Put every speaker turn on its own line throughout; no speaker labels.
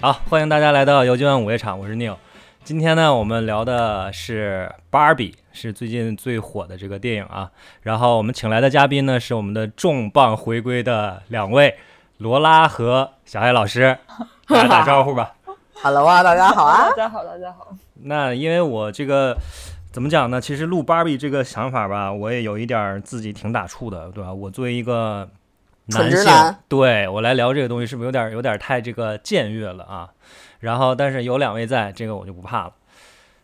好，欢迎大家来到游金万午夜场，我是 Neil。今天呢，我们聊的是《芭比》，是最近最火的这个电影啊。然后我们请来的嘉宾呢，是我们的重磅回归的两位罗拉和小艾老师，大家打 招呼吧。
Hello 啊，大家好啊
大！家好，大家好。
那因为我这个怎么讲呢？其实录芭比这个想法吧，我也有一点儿自己挺打怵的，对吧？我作为一个男
蠢直
性，
男
对我来聊这个东西，是不是有点儿有点儿太这个僭越了啊？然后，但是有两位在，这个我就不怕了。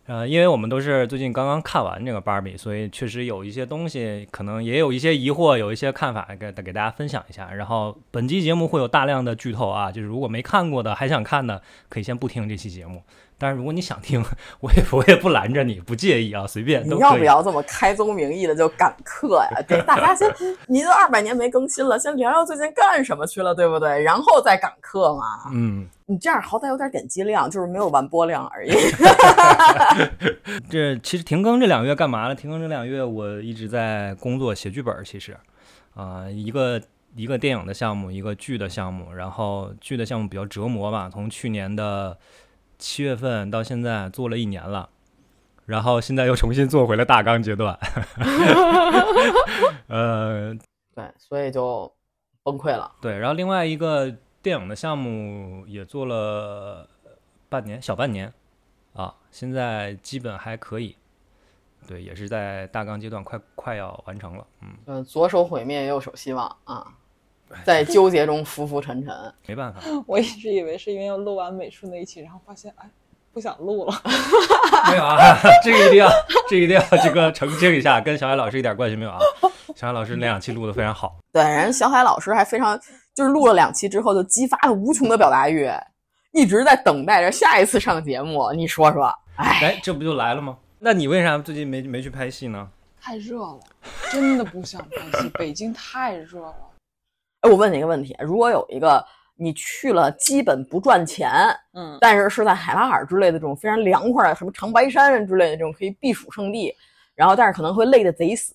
呃，因为我们都是最近刚刚看完这个芭比，所以确实有一些东西，可能也有一些疑惑，有一些看法给给大家分享一下。然后本期节目会有大量的剧透啊，就是如果没看过的还想看的，可以先不听这期节目。但是如果你想听， 我也我也不拦着你，不介意啊，随便都
你
可以。
要不要这么开宗明义的就赶课呀？ 这大家先，你都二百年没更新了，先聊聊最近干什么去了，对不对？然后再赶课嘛。
嗯，
你这样好歹有点点击量，就是没有完播量而已。
这其实停更这两个月干嘛了？停更这两个月我一直在工作写剧本儿，其实，啊、一个一个电影的项目，一个剧的项目，然后剧的项目比较折磨吧，从去年的七月份到现在做了一年了。然后现在又重新做回了大纲阶段， 呃，
对，所以就崩溃了。
对，然后另外一个电影的项目也做了半年，小半年啊，现在基本还可以。对，也是在大纲阶段快，快要完成了。嗯，
嗯，左手毁灭，右手希望啊，在纠结中浮浮沉沉。
没办法，
我一直以为是因为要录完美术那一期，然后发现哎不想录了。
没有啊， 这个一定要，这个一定要这个澄清一下，跟小艾老师一点关系没有啊。小艾老师那两期录的非常好，
对，人家小海老师还非常，就是录了两期之后就激发了无穷的表达欲，一直在等待着下一次上节目。你说说，哎。
哎，这不就来了吗？那你为啥最近没没去拍戏呢？
太热了，真的不想拍戏。北京太热了，
哎，我问你一个问题：如果有一个你去了基本不赚钱，
嗯，
但是是在海拉尔之类的这种非常凉快的，什么长白山啊之类的这种可以避暑胜地，然后但是可能会累得贼死，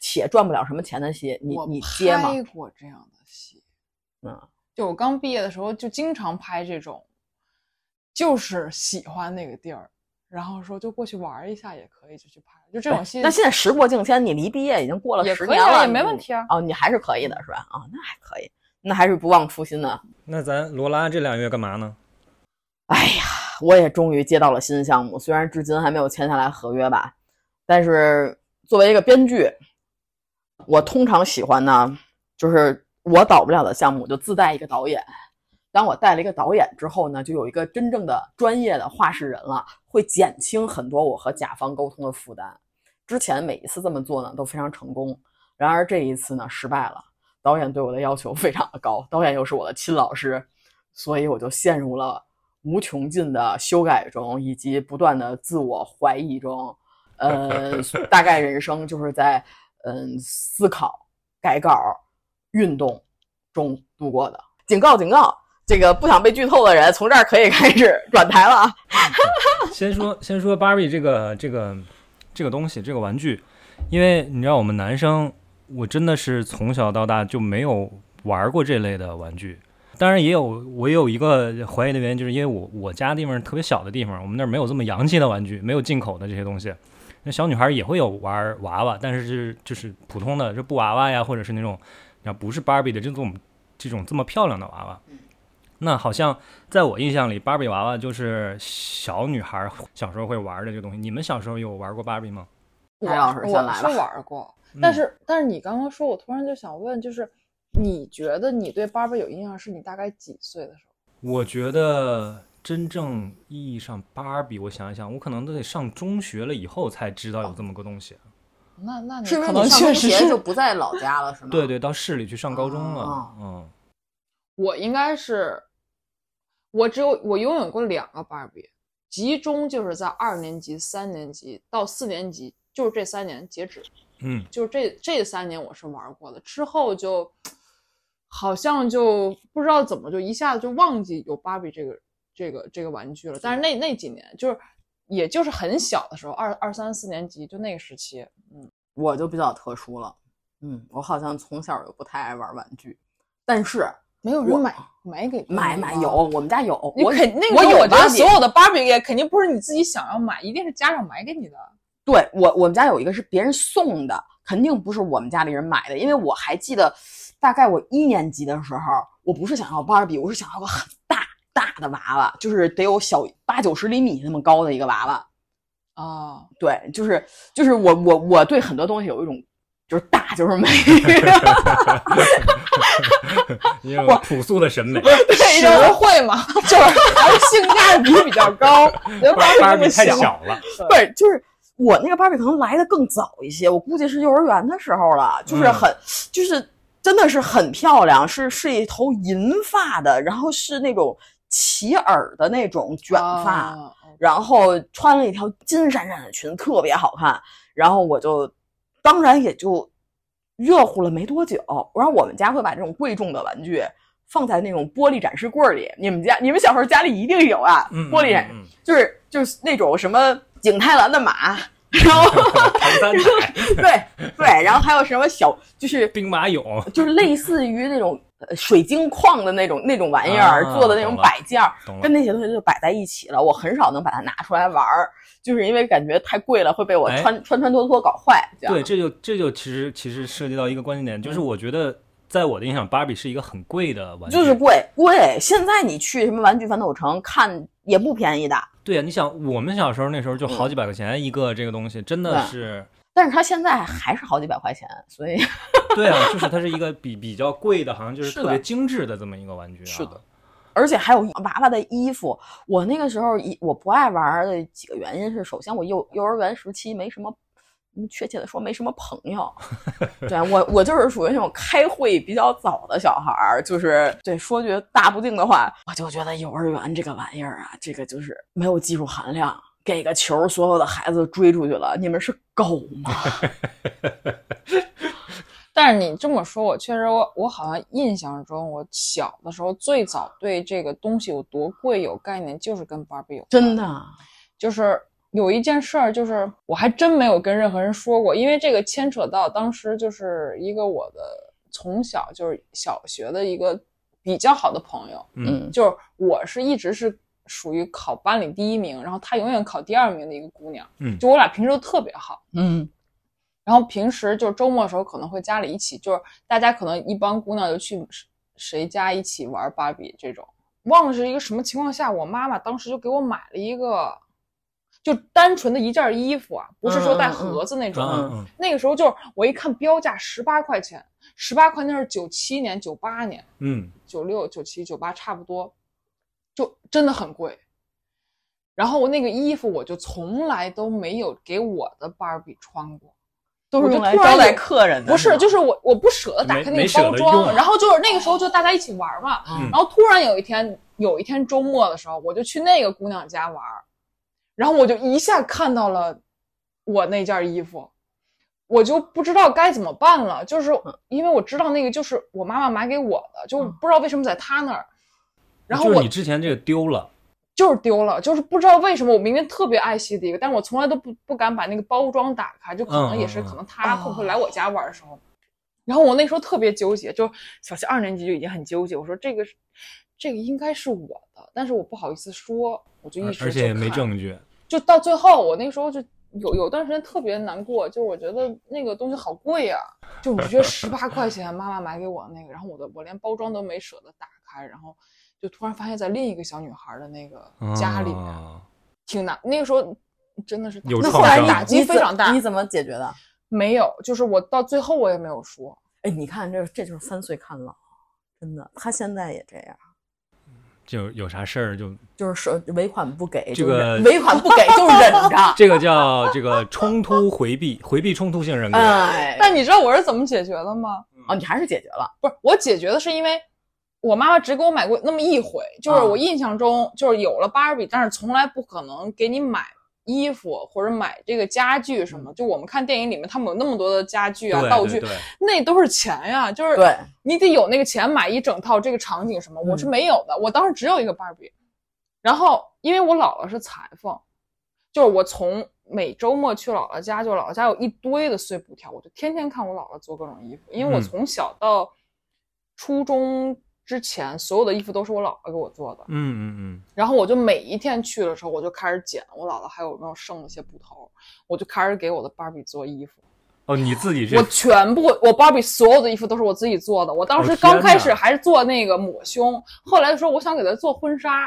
且赚不了什么钱的戏，你
我
你接吗？
拍
哎
过这样的戏，
嗯，
就我刚毕业的时候就经常拍这种，就是喜欢那个地儿，然后说就过去玩一下也可以，就去拍，就这种戏。
那现在时过境迁，你离毕业已经过了
也
十
可以
年
啊也
了，
没
你
问题啊
哦，你还是可以的，是吧？啊、那还可以，那还是不忘初心的。
那咱罗拉这两个月干嘛呢？
哎呀，我也终于接到了新项目，虽然至今还没有签下来合约吧，但是作为一个编剧，我通常喜欢呢，就是我导不了的项目就自带一个导演。当我带了一个导演之后呢，就有一个真正的专业的话事人了，会减轻很多我和甲方沟通的负担。之前每一次这么做呢都非常成功，然而这一次呢失败了。导演对我的要求非常的高，导演又是我的亲老师，所以我就陷入了无穷尽的修改中，以及不断的自我怀疑中。 呃，大概人生就是在嗯思考、改稿、运动中度过的。警告，警告！这个不想被剧透的人，从这儿可以开始 转台了啊！
先说先说芭比这个这个这个东西，这个玩具，因为你知道我们男生，我真的是从小到大就没有玩过这类的玩具。当然也有我有一个怀疑的原因，就是因为我我家地方特别小的地方，我们那儿没有这么洋气的玩具，没有进口的这些东西。那小女孩也会有玩娃娃，但是是就是普通的，就布娃娃呀，或者是那种，要不是芭比的这种这种这么漂亮的娃娃。
那好像在我印象里，芭比娃娃就是小女孩儿小时候会玩的这个东西。你们小时候有玩过芭比吗？
我
哎老师
我
先来
是
吧
玩过，
嗯
但是但是你刚刚说，我突然就想问，就是你觉得你对芭比有印象是你大概几岁的时候？
我觉得真正意义上芭比，我想一想，我可能都得上中学了以后才知道有这么个东西。
那那你
是因为
嗯可
你
能
上
确
中
实
学
是
就不在老家了，是吗？
对，对，到市里去上高中了。
哦
嗯，
我应该是，我只有我拥有过两个芭比，集中就是在二年级、三年级到四年级，就是这三年截止，
嗯，
就是这这三年我是玩过的，之后就好像就不知道怎么就一下子就忘记有芭比这个这个这个玩具了。但是那那几年就是，也就是很小的时候，二二三四年级就那个时期，
我就比较特殊了，嗯，我好像从小就不太爱玩玩具，但是
没有
我
人买买给
买买
吗
有，。我们家有，
嗯你
我
肯那个
我
时候
有
我觉
芭
得
比
所有的芭比也肯定不是你自己想要买，一定是家长买给你的。
对我，我们家有一个是别人送的，肯定不是我们家里人买的，因为我还记得，大概我一年级的时候，我不是想要芭比，我是想要个很大大的娃娃，就是得有小八九十厘米那么高的一个娃娃。
哦，
对，就是就是我我我对很多东西有一种就是大就是美，
你有朴素的审美，芭
实惠嘛， 就是还是性价比比较 高。觉得芭
芭比
比那么
太小了。
不是就是。我那个芭比可能来的更早一些，我估计是幼儿园的时候了，就是
嗯
很，就是真的是很漂亮，是是一头银发的，然后是那种齐耳的那种卷发，
哦哦
然后穿了一条金闪闪的裙，特别好看。然后我就，当然也就热乎了没多久。然后我们家会把这种贵重的玩具放在那种玻璃展示柜里。你们家、你们小时候家里一定有啊，
嗯，
玻璃展
嗯嗯
就是就是那种什么景泰蓝的马，然后
嗯唐三彩、
对对，然后还有什么小就是
兵马俑，
就是类似于那种呃水晶矿的那种那种玩意儿、
啊
做的那种
懂了
摆件儿，
懂了
跟。那些东西就摆在一起了。我很少能把它拿出来玩儿，就是因为感觉太贵了，会被我
哎
穿、穿穿脱脱搞坏。这样
对，这就这就其实其实涉及到一个关键点，就是我觉得在我的印象，芭比是一个很贵的玩具，
就是贵贵。现在你去什么玩具反斗城看也不便宜的，
对呀、啊你想我们小时候那时候就好几百块钱一个这个东西，真的
对
是，
但是它现在还是好几百块钱，所以
对啊，就是它是一个比比较贵的，好像就是
是的
特别精致的这么一个玩具啊。
是的，而且还有娃娃的衣服。我那个时候一我不爱玩儿的几个原因是，首先我幼幼儿园时期没什么。嗯确切的说，没什么朋友。对我，我就是属于那种开会比较早的小孩儿，就是对说句大不敬的话，我就觉得幼儿园这个玩意儿啊，这个就是没有技术含量，给个球儿，所有的孩子追出去了，你们是狗吗？
但是你这么说，我确实我我好像印象中，我小的时候最早对这个东西有多贵有概念，就是跟芭比有关
真的，啊
就是有一件事儿，就是我还真没有跟任何人说过，因为这个牵扯到当时就是一个我的从小就是小学的一个比较好的朋友，
嗯，
就是我是一直是属于考班里第一名，然后她永远考第二名的一个姑娘，
嗯
就我俩平时都特别好。
嗯
然后平时就是周末的时候，可能会家里一起，就是大家可能一帮姑娘就去谁谁家一起玩芭比这种。忘了是一个什么情况下，我妈妈当时就给我买了一个，就单纯的一件衣服啊，不是说带盒子那种。
嗯嗯，
那个时候就是我一看标价十八块钱，十八块那是九七年、九八年。
嗯，
九六、九七、九八差不多，就真的很贵。然后我那个衣服，我就从来都没有给我的芭比穿过，
都是
我就
用来
突然
招待
有
客人的，
不是，就是是我我不舍得打
没
开
没
那个
舍
包
得
装
用，啊
然后就是那个时候就大家一起玩嘛，
嗯
然后突然有一天，有一天周末的时候，我就去那个姑娘家玩儿，然后我就一下看到了我那件衣服，我就不知道该怎么办了，就是
嗯
因为我知道那个就是我妈妈买给我的，就不知道为什么在她那儿，然后
就是
我
你之前这个丢了，
就是丢了，就是不知道为什么我明明特别爱惜的一个，但我从来都不不敢把那个包装打开，就可能也
嗯
是
嗯嗯
可能她会不会来我家玩的时候，然后我那时候特别纠结，就小学二年级就已经很纠结，我说这个是这个应该是我的，但是我不好意思说，我就一
而
直
而且也
就
没
看
证据。啊
就到最后，我那时候就有有段时间特别难过，就是我觉得那个东西好贵啊，就我觉得十八块钱妈妈买给我那个，然后我的我连包装都没舍得打开，然后就突然发现在另一个小女孩的那个
啊
家里面，挺难。那个时候真的是
有
那
创
后来
伤
你
打击非常大
你怎么你怎么解决的？
没有，就是我到最后我也没有说，
哎，你看这这就是三岁看老，真的，他现在也这样，
就有啥事儿就
就是说尾款不给，
这
就
个
忍尾款不给就忍
。
着
这个叫这个冲突回避，回避冲突性人格。
哎，
但你知道我是怎么解决的吗？
哦，你还是解决了，
不是我解决的是因为我妈妈只给我买过那么一回，就是
啊
我印象中就是有了芭比，但是从来不可能给你买。衣服或者买这个家具什么，就我们看电影里面，他们有那么多的家具
嗯
啊、
对
道具
对，对
那都是钱呀、就是
对
你得有那个钱买一整套这个场景什么，我是
嗯
没有的。我当时只有一个芭比，然后因为我姥姥是裁缝，就是我从每周末去姥姥家，就姥姥家有一堆的碎布条，我就天天看我姥姥做各种衣服，因为我
嗯
从小到初中之前，所有的衣服都是我姥姥给我做的。
嗯嗯
然后我就每一天去的时候，我就开始捡我姥姥还有没有剩的一些布头，我就开始给我的芭比做衣服。
嗯，哦，你自己去
我全部，我芭比所有的衣服都是我自己做的。我当时
哦
刚
天
开始
哪
还是做那个抹胸，后来说我想给她做婚纱，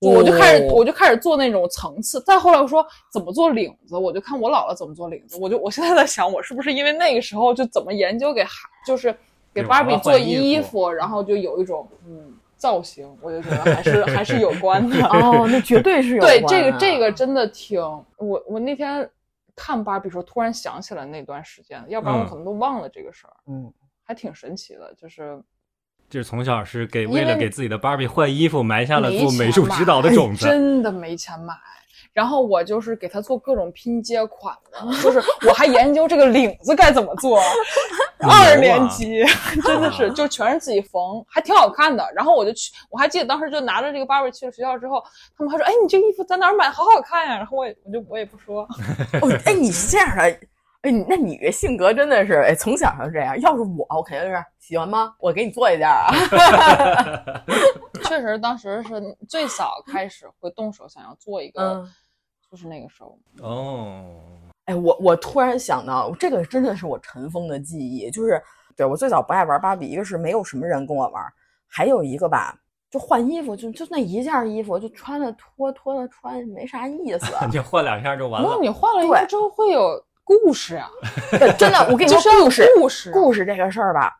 哦
我就开始我就开始做那种层次。再后来我说怎么做领子，我就看我姥姥怎么做领子。我就我现在在想，我是不是因为那个时候就怎么研究给孩，就是给
给
芭
娃
比
娃
做
换衣
衣
服
服，然后就有一种嗯造型，我就觉得 还是还是有关的。啊
哦，那绝 对是有
对，
关啊
这个
的
这个真的挺我我那天看芭比的时候突然想起来那段时间，要不然我
嗯
可能都忘了这个事儿，
嗯，
还挺神奇的。就是
就是从小是给
因为
为了给自己的芭比换衣服埋下了做美术
没钱买
指
哎
导的种子。
真的没钱买。然后我就是给他做各种拼接款的，就是我还研究这个领子该怎么 做。
牛啊
二年级真的是就全是自己缝，还挺好看的。然后我就去，我还记得当时就拿着这个芭比去了学校之后，他们还说：“哎，你这衣服在哪儿买？好好看呀、然后我也我就我也不说，
哦，哎，你是这样的，哎，你那你这性格真的是，哎，从小就这样。要是我，我肯定是喜欢吗？我给你做一件啊。
确实，当时是最早开始会动手想要做一个，
嗯
就是那个时候，
哦，
哎，我我突然想到，这个真的是我尘封的记忆，就是对我最早不爱玩芭比，一个是没有什么人跟我玩，还有一个吧，就换衣服，就就那一件衣服，就穿了脱脱了穿，没啥意 思。
你就换两下就完
然后
了。
你换了衣服
对
之后会有故事啊，
对真的，我跟你
就
说
是要有
故事，
故事啊，
故事这个事儿吧，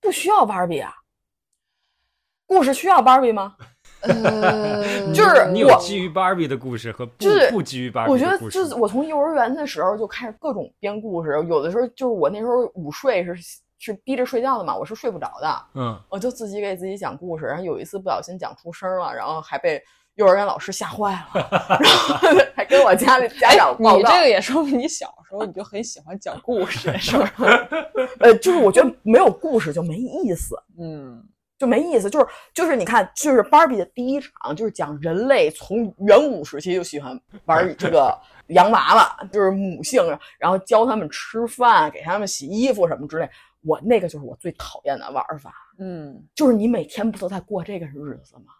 不需要芭比啊。故事需要芭比吗？
呃，
就是
你
我
有基于芭比的故事和不
就是
不基于芭
我
比
觉
的
得
故事。
就是我从幼儿园的时候就开始各种编故事，有的时候就是我那时候午睡是是逼着睡觉的嘛，我是睡不着的。
嗯，
我就自己给自己讲故事，然后有一次不小心讲出声了，然后还被幼儿园老师吓坏了，然后 还跟我家里家
哎
长，报
你
告。
这个也说明你小时候你就很喜欢讲故事，是吧？
呃，就是我觉得没有故事就没意思，
嗯，
就没意思。就是就是你看，就是芭比的第一场就是讲人类从远古时期就喜欢玩这个洋娃娃，就是母性，然后教他们吃饭，给他们洗衣服什么之类。我那个就是我最讨厌的玩法，
嗯，
就是你每天不都在过这个日子吗？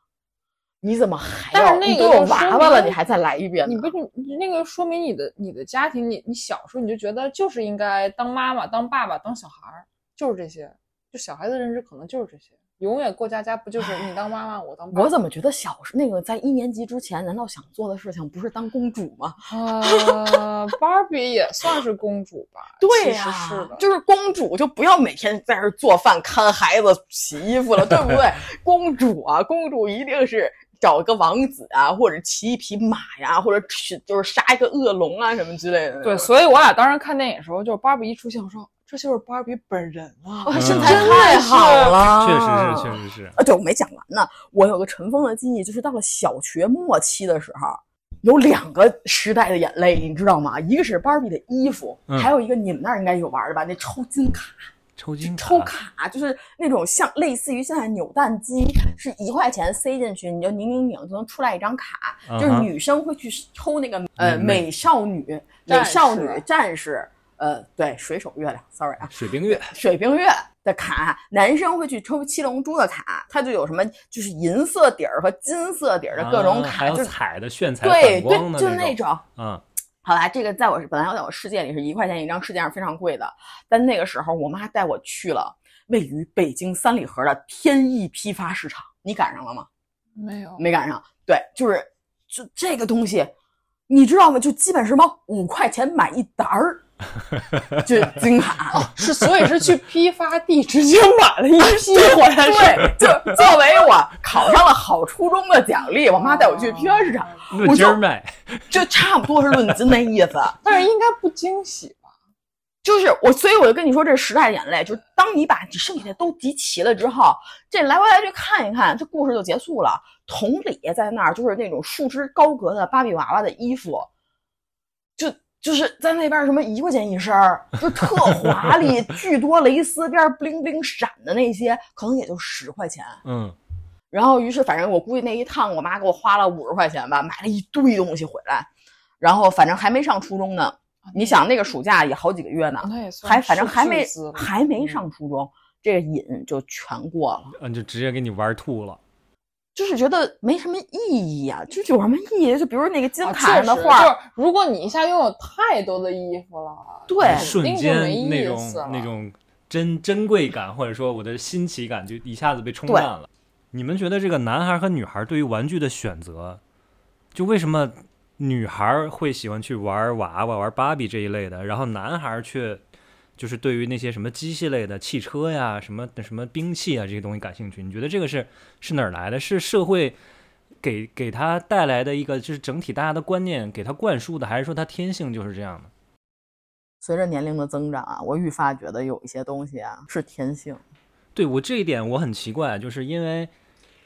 你怎么还要？
但是那个
你都有
就说
娃娃了，
明
你还再来一遍
你
呢？
不你那个说明你的你的家庭，你你小时候你就觉得就是应该当妈妈、当爸爸、当小孩儿，就是这些，就小孩子的认知可能就是这些，永远过家家不就是你当妈妈，我当爸爸
我怎么觉得小时那个在一年级之前，难道想做的事情不是当公主吗？
呃，芭比也算是公主吧？
对
其
呀、
实是的，
就是公主就不要每天在那儿做饭、看孩子、洗衣服了，对不 对？公主啊，公主一定是找个王子啊，或者骑一匹马呀、或者去就是杀一个恶龙啊什么之类的。
对，所以我俩当时看电影的时候，就是芭比一出现，我说这就是芭比本人啊，
啊，
嗯
身材
真
的
太
是
好了，
确实是，确实是。
啊，对，我没讲完呢。我有个尘封的记忆，就是到了小学末期的时候，有两个时代的眼泪，你知道吗？一个是芭比的衣服，
嗯
还有一个你们那儿应该有玩的吧？那抽金卡，
抽筋，
抽，卡就是那种像类似于现在扭蛋机，是一块钱塞进去，你就拧拧拧就能出来一张卡。就
嗯
是
哼
女生会去抽那个呃
美
美少女、美
战
少
士
女战士，呃，对，水手月亮，sorry 啊，
水冰月，
水冰月的卡，男生会去抽七龙珠的卡，它就有什么就是银色底儿和金色底儿的各种
啊还
卡，
有
就是
彩的炫彩
对
反
对
光，的
就是
那
那种。
啊，
好吧，这个在我本来在我世界里是一块钱一张，世界上非常贵的。但那个时候，我妈带我去了位于北京三里河的天意批发市场，你赶上了吗？
没有，
没赶上。对，就是就这个东西，你知道吗？就基本是猫五块钱买一沓 儿，就金卡。
是所以是去批发地直接买了一批
哎对，
回来是。
就作为我考上了好初中的奖励，我妈带我去批发市场，
论斤儿卖，
就差不多是论斤那意思。
但是应该不惊喜吧？
就是我，所以我就跟你说，这是时代的眼泪。就是当你把你剩下的都集齐了之后，这来回来去看一看，这故事就结束了。同理，在那儿就是那种束之高阁的芭比娃娃的衣服，就就是在那边儿什么一块钱一身儿，就特华 丽，巨多蕾丝边儿 bling bling 闪的那些，可能也就十块钱。
嗯，
然后于是反正我估计那一趟我妈给我花了五十块钱吧，买了一堆东西回来，然后反正还没上初中呢。
啊
你想那个暑假也好几个月呢，
那也算
还反正
是
还没
巨资了嗯啊
还没上初中，这个瘾就全过了，
啊
嗯，就直接给你玩吐了。
就是觉得没什么意义啊，就是有什么意义？就比如那个金
啊
卡上的
确实
画儿，
就是如果你一下拥有太多的衣服了，
对
瞬
肯定
间
就没
那
意
种
思了
那种珍珍贵感，或者说我的新奇感，就一下子被冲淡了。你们觉得这个男孩和女孩对于玩具的选择，就为什么女孩会喜欢去玩娃娃、玩芭比这一类的，然后男孩却就是对于那些什么机械类的、汽车呀、什么什么兵器啊这些东西感兴趣？你觉得这个是是哪儿来的？是社会给给他带来的一个就是整体大家的观念给他灌输的，还是说他天性就是这样的？
随着年龄的增长啊，我愈发觉得有一些东西啊是天性。
对我这一点我很奇怪，就是因为，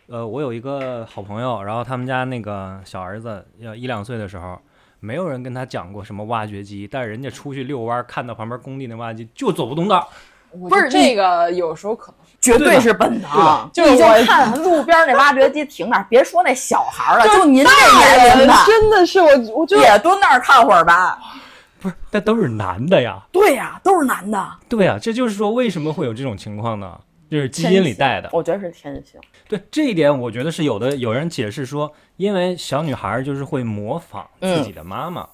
呃，我有一个好朋友，然后他们家那个小儿子要一两岁的时候，没有人跟他讲过什么挖掘机，但是人家出去遛弯儿，看到旁边工地那挖掘机就走不动道儿，
不
不是
这个有时候可能
绝
对吧
是本能，
对吧
你
就是
就
我
看路边那挖掘机停那儿，别说那小孩儿了，就您这
大
年龄
人
的，
真的是我，我觉得
也蹲那儿看会儿吧。
不是，但都是男的呀，
对呀、都是男的，
对呀、这就是说为什么会有这种情况呢？就是基因里带的，
我觉得是天性。
对这一点，我觉得是有的。有人解释说，因为小女孩儿就是会模仿自己的妈妈，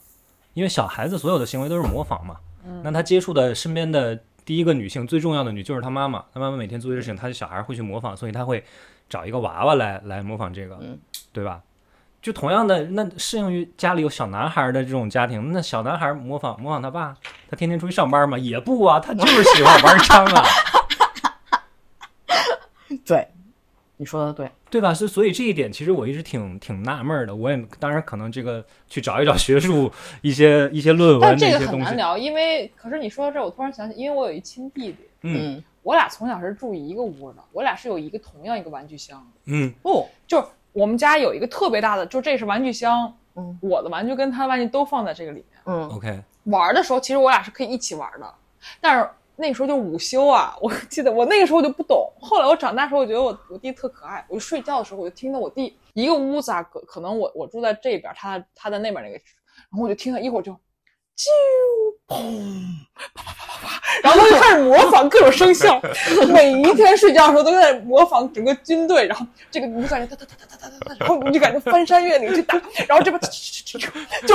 因为小孩子所有的行为都是模仿嘛。那她接触的身边的第一个女性最重要的女就是她妈妈，她妈妈每天做这些事情，她的小孩儿会去模仿，所以她会找一个娃娃来来模仿这个，
嗯
对吧？就同样的，那适用于家里有小男孩儿的这种家庭，那小男孩儿模仿模仿他爸，他天天出去上班嘛，也不啊，他就是喜欢玩儿枪啊。
对，你说的对。
对吧？所以所以这一点，其实我一直挺挺纳闷儿的。我也当然可能这个去找一找学术一些一些论文
但这
那
个
些
很
东西
难，聊，因为可是你说到这儿，我突然想起，因为我有一亲弟弟，
嗯
嗯，
我俩从小是住一个屋的，我俩是有一个同样一个玩具箱的，
嗯
哦，
就是我们家有一个特别大的，就这是玩具箱，
嗯
我的玩具跟他的玩具都放在这个里面。
嗯，
，OK，
玩儿的时候，其实我俩是可以一起玩儿的，但是那时候就午休啊，我记得我那个时候就不懂。后来我长大时候，我觉得我我弟特可爱，我就睡觉的时候，我就听到我弟一个屋子啊，可可能我我住在这边，他他在那边那个，然后我就听他一会儿就啾砰啪啪啪啪啪，然后他就开始模仿各种声效， 每一天睡觉的时候都在模仿整个军队，然后这个你就感觉哒哒哒哒哒哒哒，然后你就感觉翻山越岭去打，然后这边 就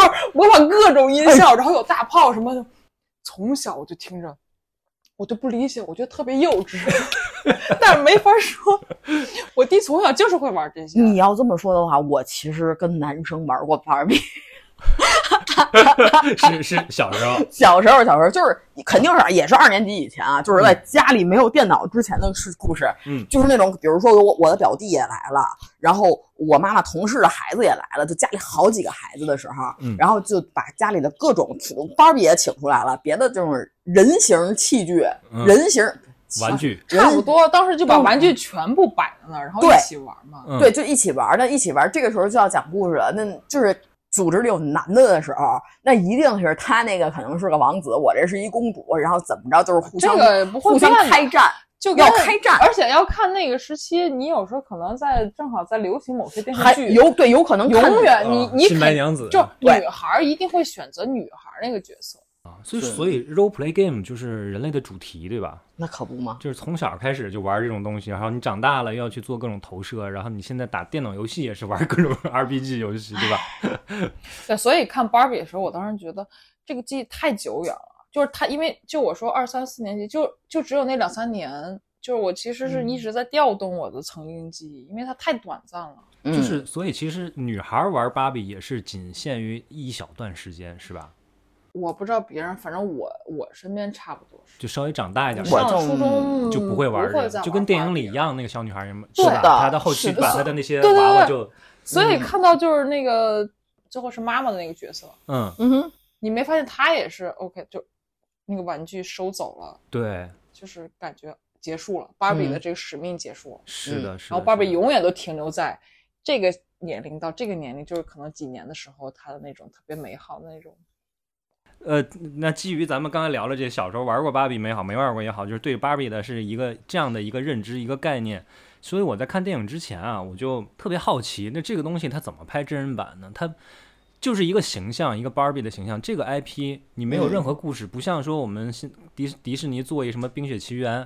是模仿各种音效，然后有大炮什么的。从小我就听着，我就不理解，我觉得特别幼稚， 但是没法说。我弟从小就是会玩这些，
你要这么说的话，我其实跟男生玩过芭比。
是是小时候
小时候，小时候就是肯定是也是二年级以前啊，就是在家里没有电脑之前的事故事。
嗯
就是那种，比如说我我的表弟也来了，然后我妈妈同事的孩子也来了，就家里好几个孩子的时候，
嗯
然后就把家里的各种芭比也请出来了，别的这种人形器具、
嗯
人形
玩 具，
差不多。当时就把
都
玩具全部摆在那儿，然后
对
一起玩嘛。
嗯
对，就一起玩儿，那一起玩儿，这个时候就要讲故事了。那就是组织里有男的的时候，那一定是他那个可能是个王子，我这是一公主，然后怎么着就是互
这
相、
个不会
互相
变的
开战。
就
要
跟
开战
而且要看那个时期，你有时候可能在正好在流行某些电视
还
剧，
有对，有可能看
永远你
啊
你
新白
肯
娘子
就
对
女孩儿一定会选择女孩儿那个角色。
啊所以所以 role play game 就是人类的主题，对吧？
那可不嘛。
就是从小开始就玩这种东西，然后你长大了要去做各种投射，然后你现在打电脑游戏也是玩各种 RPG 游戏，对吧？
对，所以看芭比的时候，我当时觉得这个记忆太久远了，就是他，因为就我说二三四年级，就就只有那两三年就是我其实是
嗯
一直在调动我的曾经记忆，因为它太短暂了。
嗯
就是所以其实女孩玩芭比也是仅限于一小段时间，是吧？
我不知道别人，反正我我身边差不多是。
就稍微长大一点
我
是吧
上
正
初中
就不会玩
嗯不
这
会
个，
再
就跟电影里
玩
一样，那个小女孩儿嘛，是
对
吧？
的
她到后期
是的
把她的那些
对对对
娃娃
对
就
芭比。所以
嗯
看到就是那个最后是妈妈的那个角色，
嗯，
嗯哼，
你没发现她也是 OK，就那个玩具收走了，
对，
就是感觉结束了，芭比
嗯
的这个使命结束了。
是的，是的。
嗯然后芭比
是的
永远都停留在这个年龄到这个年龄，就是可能几年的时候，她的那种特别美好的那种。
呃，那基于咱们刚才聊了这小时候玩过芭比没好，没玩过也好，就是对芭比的是一个这样的一个认知一个概念。所以我在看电影之前啊，我就特别好奇，那这个东西它怎么拍真人版呢？它就是一个形象，一个芭比的形象，这个 IP 你没有任何故事，不像说我们新迪迪士尼做一什么《冰雪奇缘》。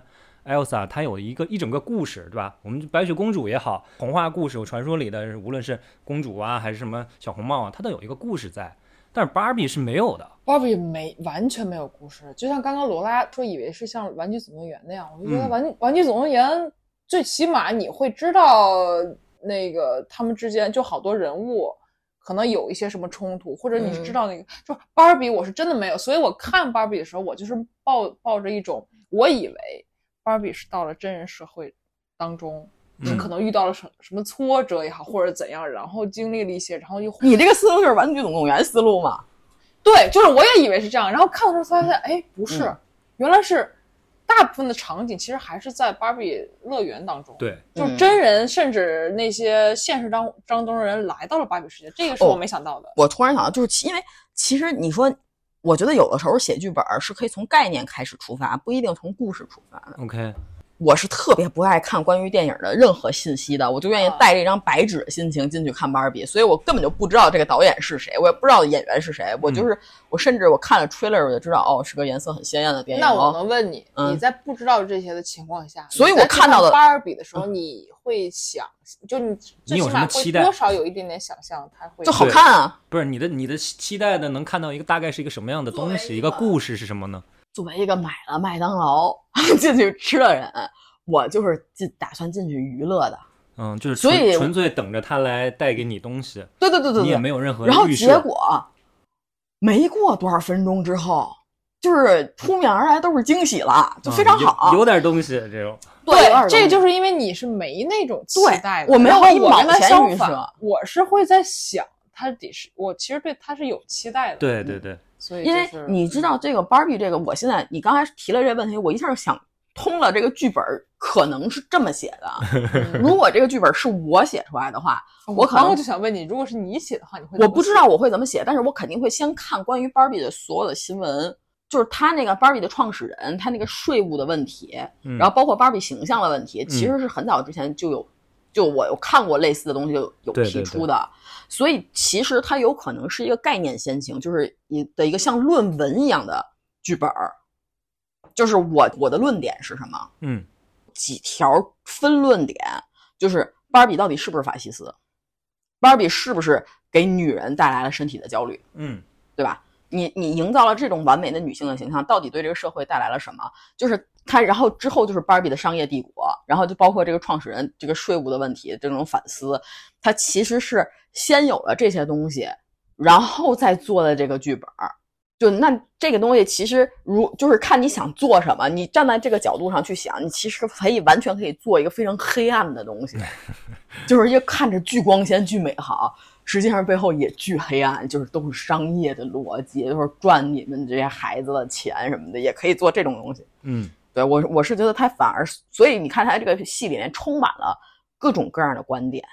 Elsa，它有一个一整个故事，对吧？我们白雪公主也好，童话故事、传说里的，无论是公主啊，还是什么小红帽啊，它都有一个故事在。但是芭比是没有的，
芭比没完全没有故事，就像刚刚罗拉说以为是像《玩具总动员》那样，我就觉得
嗯
玩《玩具总动员》最起码你会知道那个他们之间就好多人物可能有一些什么冲突，或者你
嗯
知道那个、就芭比我是真的没有，所以我看芭比的时候，我就是抱抱着一种我以为芭比是到了真人社会当中。就是
嗯
可能遇到了什什么挫折也好，或者怎样，然后经历了一些，然 后又
你这个思路就是《玩具总动员》思路嘛？
对，就是我也以为是这样，然后看的时候发现，哎，不是，
嗯
原来是大部分的场景其实还是在芭比乐园当中，，
对，
就是
嗯
真人甚至那些现实当当中的人来到了芭比世界，这个是我
哦
没想到的。
我突然想到，就是其因为其实你说，我觉得有的时候写剧本儿是可以从概念开始出发，不一定从故事出发的。
OK，
我是特别不爱看关于电影的任何信息的，我就愿意带着一张白纸的心情进去看芭比，所以我根本就不知道这个导演是谁，我也不知道演员是谁，我
嗯
就是我甚至我看了 trailer 我就知道哦是个颜色很鲜艳的电影，
那我
哦
能问你，
嗯
你在不知道这些的情况下，
所以
你在
我看到的嗯
去芭比的时候，你会想，就你最
你有
起
什么
码
期
会
待
多少有一点点想象，它会
就好看啊。
不是你的你的期待的能看到一个大概是一个什么样的东
作为
西，
一
一
个
个故事是什么呢？
作为一个买了麦当劳 进去吃的人，我就是进打算进去娱乐的，
嗯，就是
所以
纯纯粹等着他来带给你东西，
对对对对
你也
对，
没有任何
然后
预设
结果没过多少分钟之后，就是扑面而来都是惊喜了，就
嗯
非常
有
好。啊
有点东西这种。
对，这
是。
就是因为你是没那种期
对
待的。
我没有
然后
一
我
毛
跟他
钱
相
预
反
设，
我是会在想，他得是我其实对他是有期待的。
对
嗯
对对，
所以
因
就
为
是嗯
你知道这个芭比这个，我现在你刚才提了这个问题，我一下就想通了，这个剧本可能是这么写 的。
嗯
如果这个剧本是我写出来的话，
我
可
刚刚
能
就想问你，如果是你写的话，你会
我
怎么
不知
写
道我会怎么写，但是我肯定会先看关于芭比的所有的新闻，就是他那个芭比的创始人，他那个税务的问题，
嗯
然后包括芭比形象的问题，其实是很早之前就有，就我有看过类似的东西有有
对
提
对
出的，所以其实它有可能是一个概念先行，就是一的一个像论文一样的剧本儿，就是我我的论点是什么，
嗯
几条分论点，就是芭比到底是不是法西斯，芭比是不是给女人带来了身体的焦虑，
嗯
对吧？你你营造了这种完美的女性的形象，到底对这个社会带来了什么？就是它，然后之后就是芭比的商业帝国，然后就包括这个创始人这个税务的问题，这种反思，它其实是先有了这些东西，然后再做的这个剧本儿。就那这个东西，其实如就是看你想做什么，你站在这个角度上去想，你其实可以完全可以做一个非常黑暗的东西，就是一个看着巨光鲜、巨美好，实际上背后也巨黑暗，就是都是商业的逻辑，就是赚你们这些孩子的钱什么的，也可以做这种东西。
嗯
对我，我是觉得他反而，所以你看他这个戏里面充满了各种各样的观点，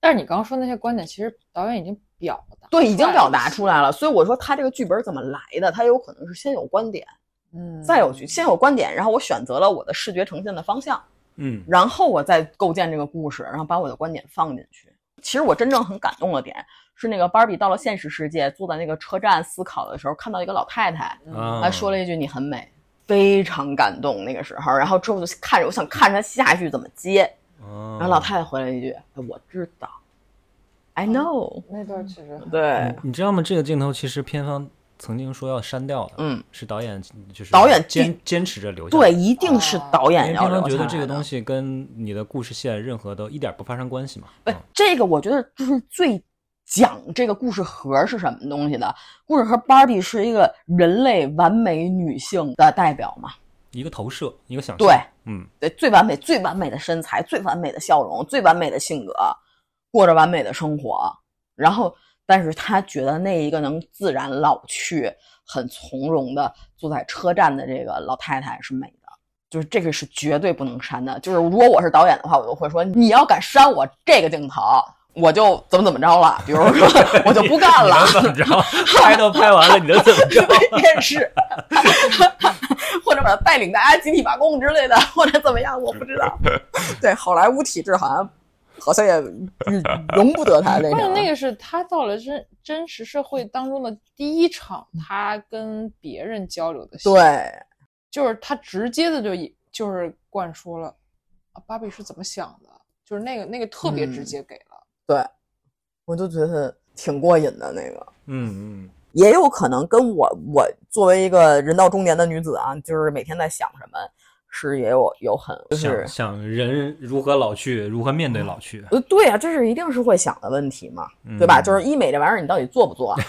但是你刚刚说那些观点，其实导演已经表达
对，已经表达
了
出来了。所以我说他这个剧本怎么来的，他有可能是先有观点，
嗯，
再有去先有观点，然后我选择了我的视觉呈现的方向，
嗯
然后我再构建这个故事，然后把我的观点放进去。其实我真正很感动的点是，那个芭比到了现实世界，坐在那个车站思考的时候，看到一个老太太，
啊，
她嗯说了一句“你很美”，非常感动那个时候。然后之后就看着，我想看着她下一句怎么接。
啊，
然后老太太回了一句：“哎我知道，I
嗯
know。
那段其实”
对，
你知道吗？这个镜头其实片方曾经说要删掉的，
嗯，
是导演就是
导演
坚坚持着留下来
对，
的，
一定是导
啊因
演
为
要
片
留
方觉
下
得这
来
个
的
东西跟你的故事线任何都一点不发生关系嘛，啊
不，呃这个我觉得就是最讲这个故事盒是什么东西的。故事盒芭比是一个人类完美女性的代表嘛，
一个投射，一个想象，
对，
嗯，
对，最完美、最完美的身材、最完美的笑容、最完美的性格，过着完美的生活。然后，但是她觉得那一个能自然老去、很从容的坐在车站的这个老太太是美的。就是这个是绝对不能删的。就是如果我是导演的话，我就会说，你要敢删我这个镜头，我就怎么怎么着了。比如说， 我就不干了。
你能怎么着？拍都拍完了， 你能怎么着？
电视， 或者把它带领大家集体罢工之类的， 或者怎么样，我不知道。对，好莱坞体制好像好像也嗯容不得他那
关键
种。
那个是他到了真真实社会当中的第一场，他跟别人交流的戏，，
对，
就是他直接的就一就是灌输了啊，芭比是怎么想的，就是那个那个特别
嗯
直接给了，
我就觉得挺过瘾的那个。
嗯嗯，
也有可能跟我我作为一个人到中年的女子啊，就是每天在想什么，是也有有很就是
想想人如何老去，如何面对老去，
呃对啊，这是一定是会想的问题嘛。
嗯
对吧？就是医美这玩意儿，你到底做不做？啊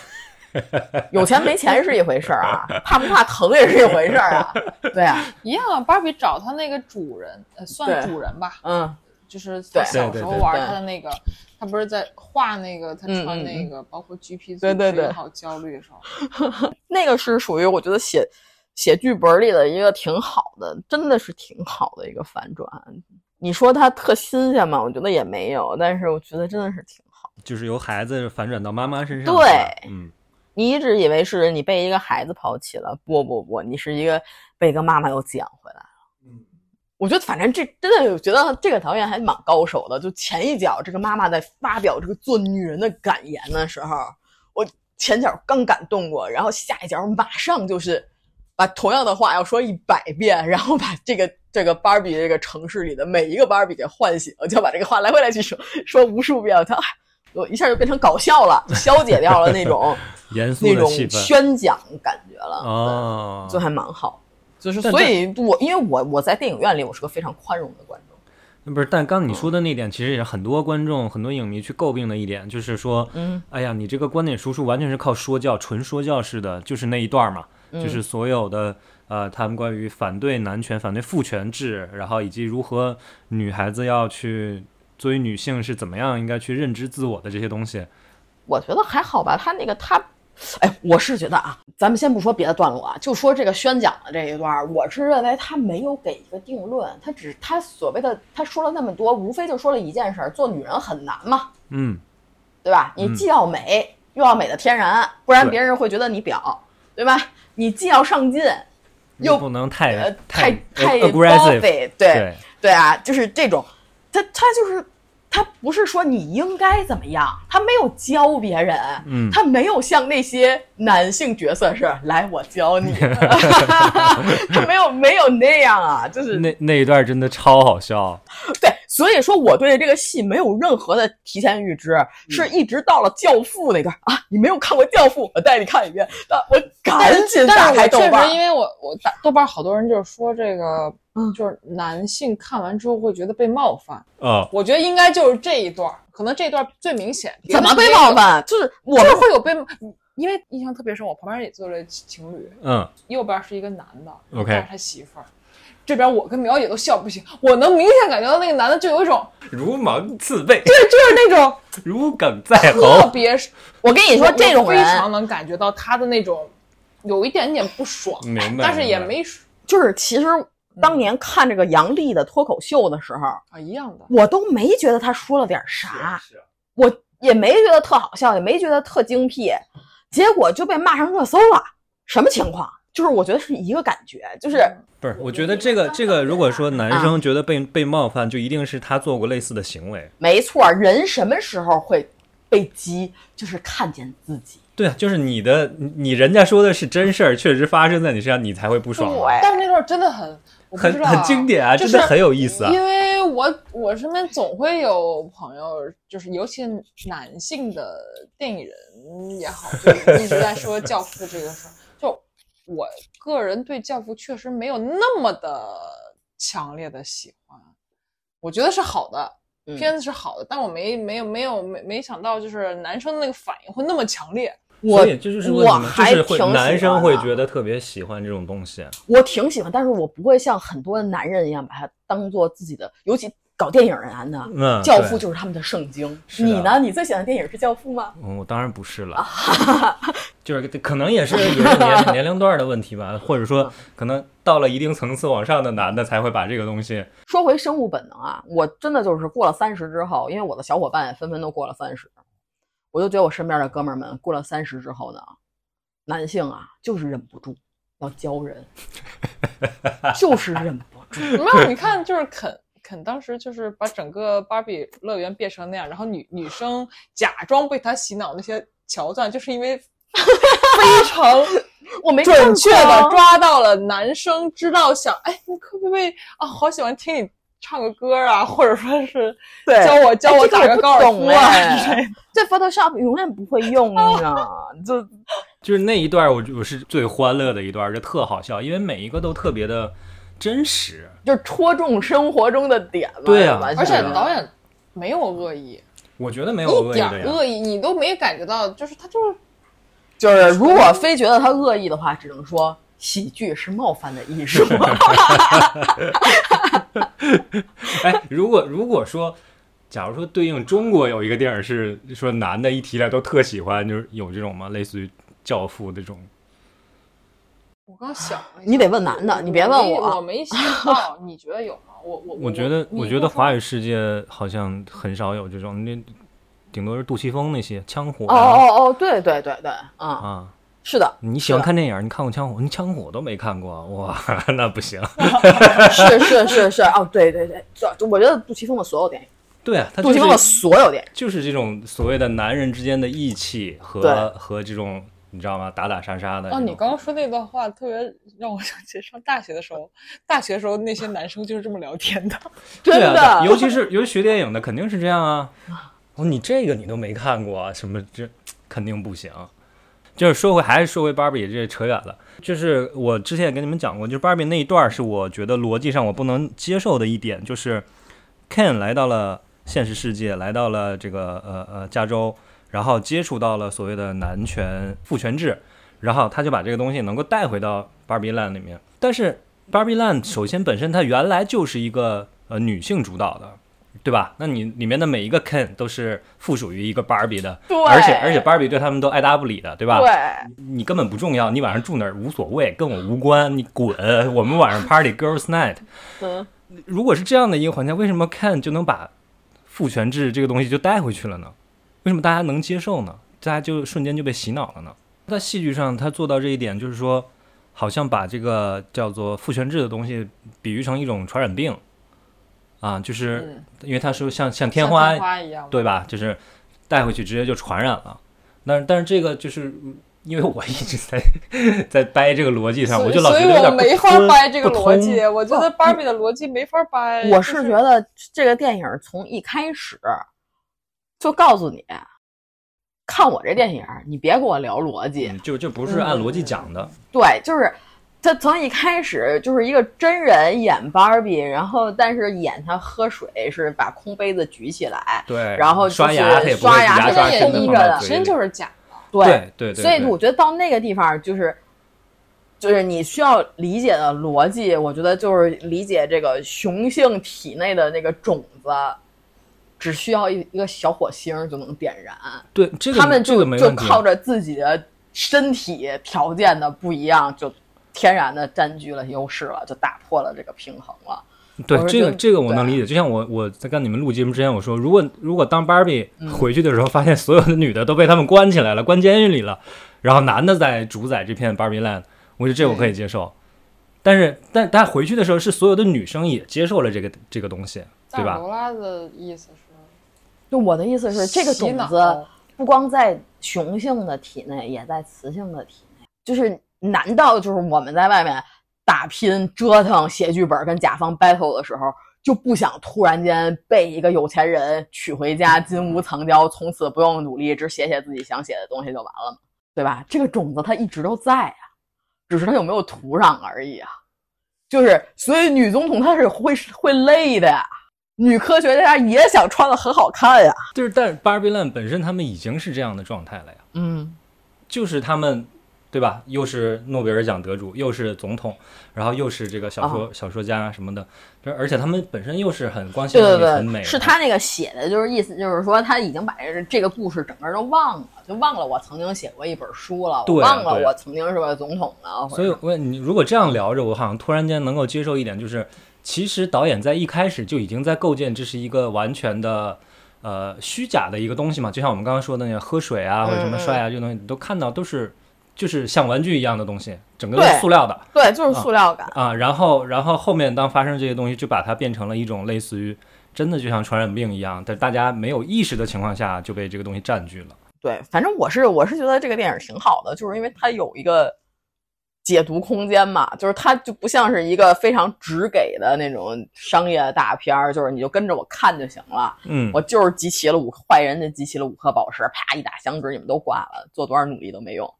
有钱没钱是一回事儿啊，怕不怕疼也是一回事儿啊。对啊，
一样啊。芭比找他那个主人，呃，算
对
主人吧，
嗯，
就是他
对
小时候玩他的
对
那个，他不是在画那个，他
嗯
穿
嗯
那个，包括 GP
对对对
好焦虑的时候，
那个是属于我觉得写写剧本里的一个挺好的，真的是挺好的一个反转。你说它特新鲜吗？我觉得也没有，但是我觉得真的是挺好。
就是由孩子反转到妈妈身上，是
对
吧嗯，
你一直以为是你被一个孩子抛弃了，不不不，你是一个被一个妈妈又捡回来了。我觉得反正这真的，我觉得这个导演还蛮高手的。就前一脚，这个妈妈在发表这个做女人的感言的时候，我前脚刚感动过，然后下一脚马上就是把同样的话要说一百遍，然后把这个这个芭比这个城市里的每一个芭比给唤醒，就要把这个话来回来去说说无数遍，他我一下就变成搞笑了，消解掉了那种
严肃
那
的
种
气氛
宣讲感觉了。对
哦，
就还蛮好。就是
但
所以我，因为我我在电影院里，我是个非常宽容的观众。
不是，但刚你说的那点，其实也是很多观众、很多影迷去诟病的一点，就是说，
嗯，
哎呀，你这个观点输出完全是靠说教，纯说教式的，就是那一段儿嘛，就是所有的呃，他们关于反对男权、反对父权制，然后以及如何女孩子要去作为女性是怎么样应该去认知自我的这些东西，
我觉得还好吧，他那个他，哎，我是觉得啊，咱们先不说别的段落啊，就说这个宣讲的这一段儿，我是认为他没有给一个定论，他只他所谓的他说了那么多，无非就说了一件事儿：做女人很难嘛，
嗯，
对吧？你既要美，又要美的天然，不然别人会觉得你婊，对吧？你既要上进，又
又不能太、
呃太太
aggressive，
对
对，
对啊，就是这种，他他就是他不是说你应该怎么样，他没有教别人，
嗯
他没有像那些男性角色是来我 教你， 他没有没有那样啊，就是
那那一段真的超好笑，
对，所以说我对这个戏没有任何的提前预知，
嗯
是一直到了《教父》那段啊，你没有看过《教父》，我带你看一遍，但我赶紧打
但是
开
我
豆
确
瓣
实，因，为我我打豆瓣好多人就是说这个
嗯，
就是男性看完之后会觉得被冒犯。
呃，
我觉得应该就是这一段儿，可能这一段儿最明显。
怎么被冒？犯？就是我
就
们
是会有被，因为印象特别深，我旁边也坐了情侣，
嗯，
右边是一个男的
OK
带着他媳妇儿。这边我跟苗姐都笑不行，我能明显感觉到那个男的就有一种，
如芒刺背，
对，就是那种
如鲠在
特
喉，
别，
我跟你说，
我
这种
我非
人
常能感觉到他的那种有一点点不爽，
嗯明白
但是也
明白
没说
就是其实
嗯
当年看这个杨笠的脱口秀的时候，
啊一样的。
我都没觉得他说了点啥，我也没觉得特好笑，也没觉得特精辟，结果就被骂上热搜了，什么情况？就是我觉得是一个感觉，就是
不是，我觉得这个这个，如果说男生觉得被被冒犯，就一定是他做过类似的行为。
没错，人什么时候会被激，就是看见自己。
对啊，就是你的你你人家说的是真事儿，确实发生在你身上，你才会不爽嘛。啊
对
但是那段真的很，我不
很
知道啊
很经典啊，
就
真
是
的很有意思啊。
因为我我身边总会有朋友，就是尤其男性的电影人也好，就一直在说《教父》这个事儿。就我个人对《教父》确实没有那么的强烈的喜欢，我觉得是好的，
嗯
片子是好的，但我没没有没有没没想到就是男生那个反应会那么强烈。
我
所以这就是问
我
题嘛，就
还
是
挺
会
喜欢
男生会
的
觉得特别喜欢这种东西。
我挺喜欢，但是我不会像很多的男人一样把它当做自己的，尤其搞电影人啊那。
嗯，
教父
对
就是他们的圣经。
是的啊
你呢？你最喜欢的电影是《教父》吗？
嗯，我当然不是
啊
了，就是可能也是也是 年年龄段的问题吧，或者
嗯
说可能到了一定层次往上的男的才会把这个东西，
说回生物本能啊，我真的就是过了三十之后，因为我的小伙伴也纷纷都过了三十，我就觉得我身边的哥们儿们过了三十之后呢，男性啊就是忍不住要教 人，就是忍不住。
没有，你看，就是肯肯当时就是把整个芭比乐园变成那样，然后女女生假装被他洗脑那些桥段，就是因为非常
我没
准确的
看过啊
抓到了男生知道想，哎，你会不会啊？好喜欢听你唱个歌啊，或者说是
对
教我教我
哎这
打
个
个
不
高尔
懂
夫啊
哎
之类的。
这 Photoshop 永远不会用啊，就
就是那一段我我是最欢乐的一段，就特好笑，因为每一个都特别的真实。
就戳中生活中的点嘛。
对啊
完
而
全
且导演没有恶意，
我觉得没有
一
哦
恶意
点
的
儿
呀，
恶意你都没感觉到，就是他就是
就是呃如果非觉得他恶意的话，只能说喜剧是冒犯的艺 术。
哎，如果如果说，假如说对应中国有一个电影是说男的一提来都特喜欢，就是有这种吗？类似于《教父》这种，
我刚想了一下，
你得问男的你别问
我 没。
我哦
我没想到，你觉得有吗？我我
我觉得我觉得
华
华语世界好像很少有这种，那顶多是杜琪峰那些枪火
哦
啊。
哦哦，对对对对，嗯，
啊，
是啊的，
你喜欢看电影？你看过枪火？你枪火都没看过，哇， 那不 行。
是是是是，哦，对对对，这我觉得杜琪峰的所有电影，
对啊，他
杜
就
琪峰的
是
所有电影，
就是这种所谓的男人之间的义气和
对
和这种你知道吗？打打杀杀的这
哦，
种。
你刚刚说那段话特别让我想起上大学的时候， 大学时候那些男生就是这么聊天 的。
真
对啊
的，
尤其是尤其学电影的肯定是这样啊。哦，你这个你都没看过啊，什么这肯定不行。就是说回还是说回芭比，这扯远了。就是我之前也跟你们讲过，就是芭比那一段是我觉得逻辑上我不能接受的一点，就是 Ken 来到了现实世界，来到了这个呃呃加州，然后接触到了所谓的男权父权制，然后他就把这个东西能够带回到 Barbie Land 里面。但是 Barbie Land 首先本身它原来就是一个呃女性主导的，对吧？那你里面的每一个 Ken 都是附属于一个 Barbie 的，
对
而且而且 Barbie 对他们都爱答不理的，对吧？
对，
你根本不重要，你晚上住哪儿无所谓，跟我无关，你滚！我们晚上 party girls night。
嗯，
如果是这样的一个环境，为什么 Ken 就能把父权制这个东西就带回去了呢？为什么大家能接受呢？大家就瞬间就被洗脑了呢？在戏剧上，他做到这一点，就是说，好像把这个叫做父权制的东西比喻成一种传染病啊，就是
嗯，
因为他说像像
像
天花
天花一样。
对吧？就是带回去直接就传染了。但是但是这个就是嗯因为我一直在在掰这个逻辑上，
所以
我就老
所
觉
以
得有
我
点
没
不
法
通
掰这个
不
逻
通
辑，我 觉得芭比的逻辑没法掰。
我
就是
觉得这个电影从一开始就告诉你，看我这电影，你别跟我聊逻辑，
嗯就就不是按逻辑讲的。
对，就是他从一开始就是一个真人演芭比，然后但是演他喝水是把空杯子举起来，
对，
然后就是
刷牙他也不会
刷牙
牙
他
刷
也
真的
眯
放
着
到
的
嘴
真
里
就是假的。
对对对，
所以
对
我觉得到那个地方就是。就是你需要理解的逻辑，我觉得就是理解这个雄性体内的那个种子，只需要一一个小火星就能点燃。
对这个
他们
这
就
个没
就
问题。啊
靠着自己的身体条件的不一样，就天然的占据了优势了，就打破了这个平衡了。
对
我是
这
觉
个
得
这个我
对啊
能理解。就像我我在跟你们录节目之前，我说如果如果当芭比
嗯
回去的时候，发现所有的女的都被他们关起来了，关监狱里了，然后男的在主宰这片芭比 land，我觉得这我可以接受。但是但但回去的时候，是所有的女生也接受了这个这个东西，对
但
吧？
罗拉的意思是，
就我的意思是，这个
洗
种
脑
子不光在雄性的体内，也在雌性的体内。就是难道就是我们在外面打拼、折腾、写剧本、跟甲方 battle 的时候，就不想突然间被一个有钱人娶回家，金屋藏娇，从此不用努力，只写写自己想写的东西就完了嘛，对吧？这个种子它一直都在啊，只是它有没有土壤而已啊。就是，所以女总统她是会会累的呀，女科学家也想穿的很好看呀。
就是但 Barbie Land 本身他们已经是这样的状态了呀，
嗯，
就是他们。对吧？又是诺贝尔奖得主，又是总统，然后又是这个小
哦
说、小说家什么的，这而且他们本身又是很光鲜
对
亮
对
丽、很美啊
对，
的，
是他那个写的，就是意思就是说他已经把这这个故事整个都忘了，就忘了我曾经写过一本书了，我
对啊
忘了
对
我曾经是个总统了。
所
或者
以我问你，如果这样聊着，我好像突然间能够接受一点，就是其实导演在一开始就已经在构建这是一个完全的呃虚假的一个东西嘛，就像我们刚刚说的那个喝水啊或者什
嗯
么帅啊这些东西，你都看到都是就是像玩具一样的东西，整个都是
对
塑料的
对，就是塑料感。
啊。然后然后后面当发生这些东西，就把它变成了一种类似于真的就像传染病一样，但大家没有意识的情况下就被这个东西占据了。
对，反正我是我是觉得这个电影挺好的，就是因为它有一个解读空间嘛，就是它就不像是一个非常直给的那种商业大片儿，就是你就跟着我看就行了。
嗯，
我就是集齐了五坏人，就集齐了五颗宝石，啪一打响指，你们都挂了，做多少努力都没用，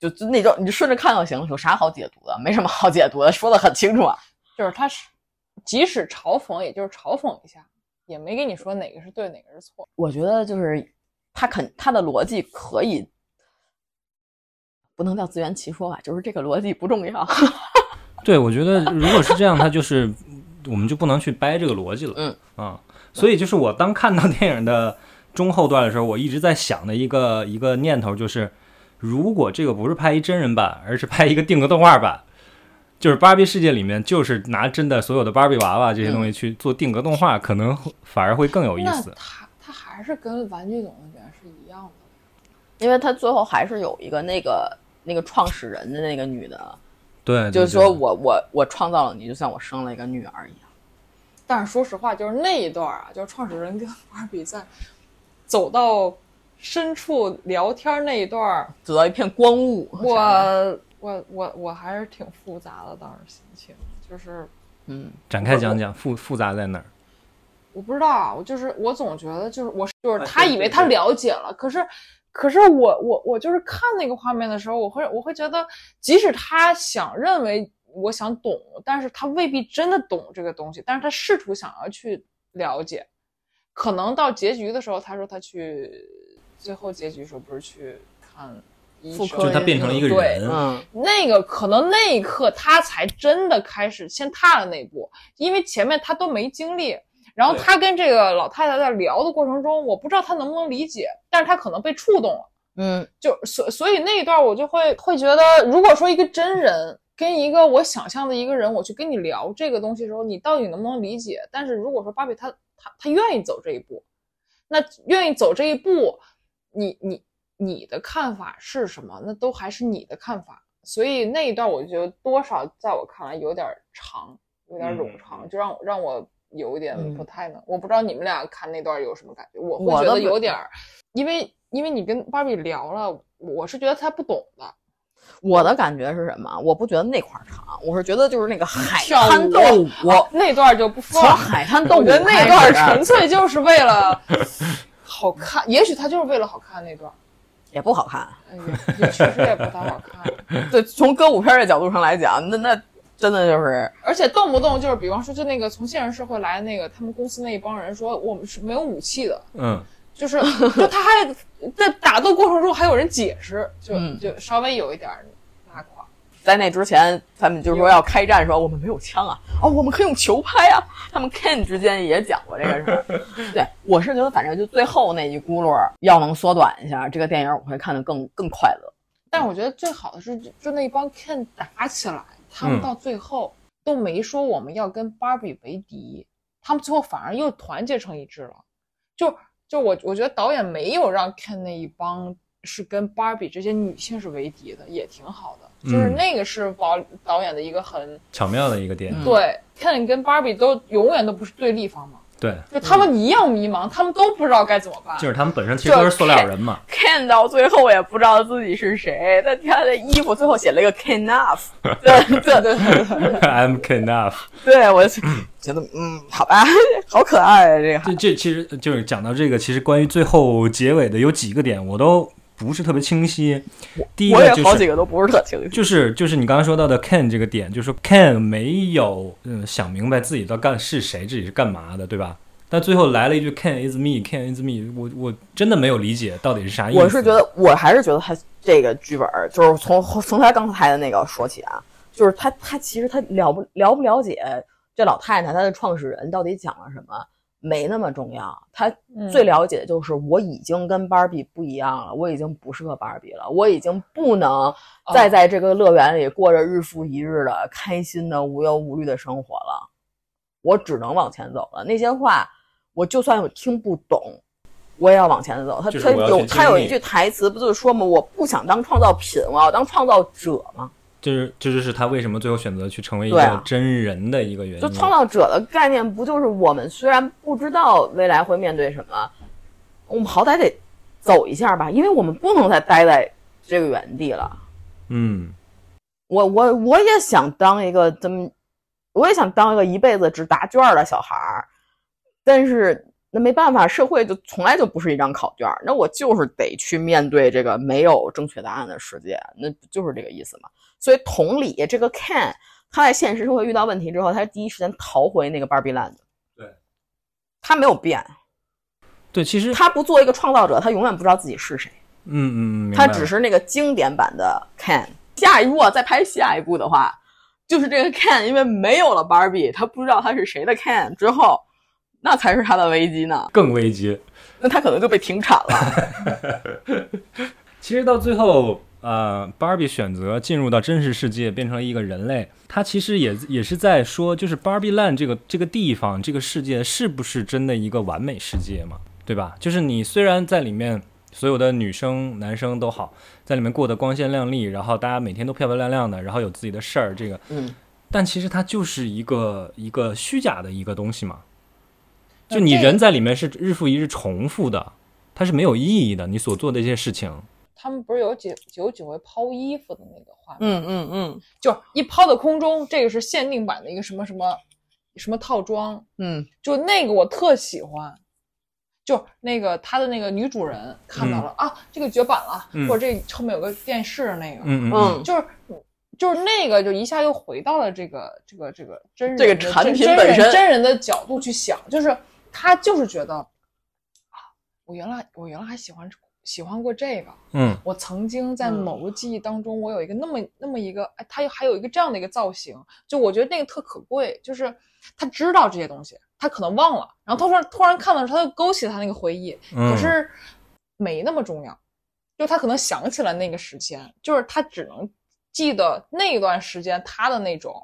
就就那种你就顺着看就行了，有啥好解读的？没什么好解读的，说的很清楚啊。
就是他是即使嘲讽，也就是嘲讽一下，也没跟你说哪个是对，哪个是错。
我觉得就是他肯他的逻辑可以，不能叫自圆其说吧，就是这个逻辑不重要。
对，我觉得如果是这样，它就是我们就不能去掰这个逻辑了。
嗯
啊，所以就是我当看到电影的中后段的时候，我一直在想的一个一个念头就是，如果这个不是拍一真人版，而是拍一个定格动画版。就是芭比世界里面，就是拿真的所有的芭比娃娃这些东西
嗯
去做定格动画，可能会反而会更有意
那
思。
他他还是跟玩具总动员是一样的。
因为他最后还是有一个那个那个创始人的那个女的，
对，对
就是
对
说我我我创造了你，就像我生了一个女儿一样。
但是说实话，就是那一段儿啊，就是创始人跟芭比在走到深处聊天儿那一段儿，
走到一片光雾，
我我我我还是挺复杂的，当时心情就是
嗯，
展开讲讲复复杂在哪儿？
我不知道啊，我就是我总觉得就是我就是
啊
哎
他
对
以
对
为他
对
了解了，可是可是我我我就是看那个画面的时候，我会我会觉得，即使他想认为我想懂，但是他未必真的懂这个东西，但是他试图想要去了解，可能到结局的时候，他说他去最后结局时候不是去看医
妇
生，
科
就是他变成了一个
对
人，
嗯，
那个可能那一刻他才真的开始先踏了那一步，因为前面他都没经历。然后他跟这个老太太在聊的过程中，我不知道他能不能理解，但是他可能被触动了。
嗯，
就所所以那一段我就会会觉得，如果说一个真人跟一个我想象的一个人，我去跟你聊这个东西的时候，你到底能不能理解？但是如果说芭比她她她愿意走这一步，那愿意走这一步，你你你的看法是什么？那都还是你的看法。所以那一段我觉得多少在我看来有点长，有点冗长，就让让我有一点
嗯
不太能。我不知道你们俩看那段有什么感觉，我会
我
觉
的
得
不
有点儿，因为因为你跟芭比聊了，我是觉得他不懂的。
我的感觉是什么？我不觉得那块儿长，我是觉得就是那个海
跳舞
滩斗嗯舞，啊
那段就不说
哦从
了，
海滩斗
我
舞
觉得那
开
段
始啊
纯粹就是为了好看，也许他就是为了好看那段，
也不好看。
哎呀，也确实也不太好看。
对，从歌舞片的角度上来讲，那那真的就是
而且动不动就是，比方说，就那个从现实社会来的那个，他们公司那一帮人说我们是没有武器的，
嗯，
就是就他还在打斗过程中还有人解释，就、
嗯
就稍微有一点儿拉垮。
在那之前，他们就说要开战，说我们没有枪啊，哦，我们可以用球拍啊。他们 Ken 之间也讲过这个 事儿。对，我是觉得反正就最后那一轱辘儿要能缩短一下，这个电影我会看得更更快乐。
嗯
但我觉得最好的是，就就那帮 Ken 打起来，他们
嗯
到最后都没说我们要跟 Barbie 为敌，他们最后反而又团结成一致了。就就我我觉得导演没有让 Ken 那一帮是跟 Barbie 这些女性是为敌的，也挺好的。就是
嗯
那个是导导演的一个很、
巧妙的一个点。
嗯
对 Ken 跟 Barbie 都永远都不是对立方嘛，
对，
就他们一样迷茫，他们都不知道该怎么办。
嗯就是他们本身其实都是塑料人嘛，
Ken 到最后也不知道自己是谁，但他的衣服最后写了一个 Ken Off，对对对对
I'm enough。
对，我就觉得嗯，好吧，好可爱啊，这个孩
这这其实就是讲到这个，其实关于最后结尾的有几个点，我都不是特别清晰。第一
子，我
个
也
就
好几
是
个都不是特清楚，
就是就是你刚刚说到的 Ken 这个点，就是说 Ken 没有嗯想明白自己到底干是谁，自己是干嘛的，对吧？但最后来了一句 Ken is me，Ken is me，我我真的没有理解到底是啥意思。
我是觉得，我还是觉得他这个剧本儿，就是从从他刚才的那个说起啊，就是他他其实他了不了不了解这老太太她的创始人到底讲了什么，没那么重要。他
嗯
最了解的就是我已经跟芭比不一样了，我已经不是个芭比了，我已经不能再在这个乐园里过着日复一日的开心的无忧无虑的生活了，我只能往前走了。那些话我就算我听不懂。我也要往前走。他
就是
他
我要
有
去
他
经
有
历
一句台词，不就是说吗？我不想当创造品，我要当创造者嘛。
就是这就是他为什么最后选择去成为一
对啊
个真人的一个原因。
就创造者的概念，不就是我们虽然不知道未来会面对什么，我们好歹得走一下吧，因为我们不能再待在这个原地了。
嗯，
我我我也想当一个这么，我也想当一个一辈子只答卷儿的小孩儿，但是那没办法，社会就从来就不是一张考卷儿，那我就是得去面对这个没有正确答案的世界，那就是这个意思嘛。所以同理，这个 Ken 他在现实生活遇到问题之后，他是第一时间逃回那个 Barbie Land，
对，
他没有变，
对，其实
他不做一个创造者，他永远不知道自己是谁。
嗯嗯嗯，
他
明白
只
了
是那个经典版的 Ken。下一步啊，再拍下一部的话，就是这个 Ken，因为没有了 Barbie，他不知道他是谁的 Ken 之后，那才是他的危机呢。
更危机。
那他可能就被停产 了。
其实到最后，呃，b b a r i e 选择进入到真实世界，变成了一个人类。他其实也也是在说，就是 Barbie Land 这个这个地方，这个世界是不是真的一个完美世界嘛？对吧？就是你虽然在里面，所有的女生、男生都好，在里面过得光鲜亮丽，然后大家每天都漂漂亮亮的，然后有自己的事儿，这个，
嗯，
但其实它就是一个一个虚假的一个东西嘛。
那
就你
这个
人在里面是日复一日重复的，它是没有意义的，你所做的一些事情。
他们不是有几有几回抛衣服的那个画面，
嗯嗯嗯
就是一抛到空中，这个是限定版的一个什么什么什么套装，
嗯，
就那个我特喜欢，就那个他的那个女主人看到了、
嗯
啊，这个绝版了，
嗯
或者这后面有个电视那个，
嗯嗯嗯。
嗯
就是就是那个就一下又回到了这个这个这个真人的
这个产品
真
本身
真人真人的角度去想，就是他就是觉得啊，我原来我原来还喜欢喜欢过这个，
嗯
我曾经在
嗯
某个记忆当中，我有一个那么那么一个，哎，它还有一个这样的一个造型，就我觉得那个特可贵，就是他知道这些东西，他可能忘了，然后突然突然看到的时候，他就勾起他那个回忆，
嗯
可是没那么重要，就他可能想起来那个时间，就是他只能记得那一段时间他的那种。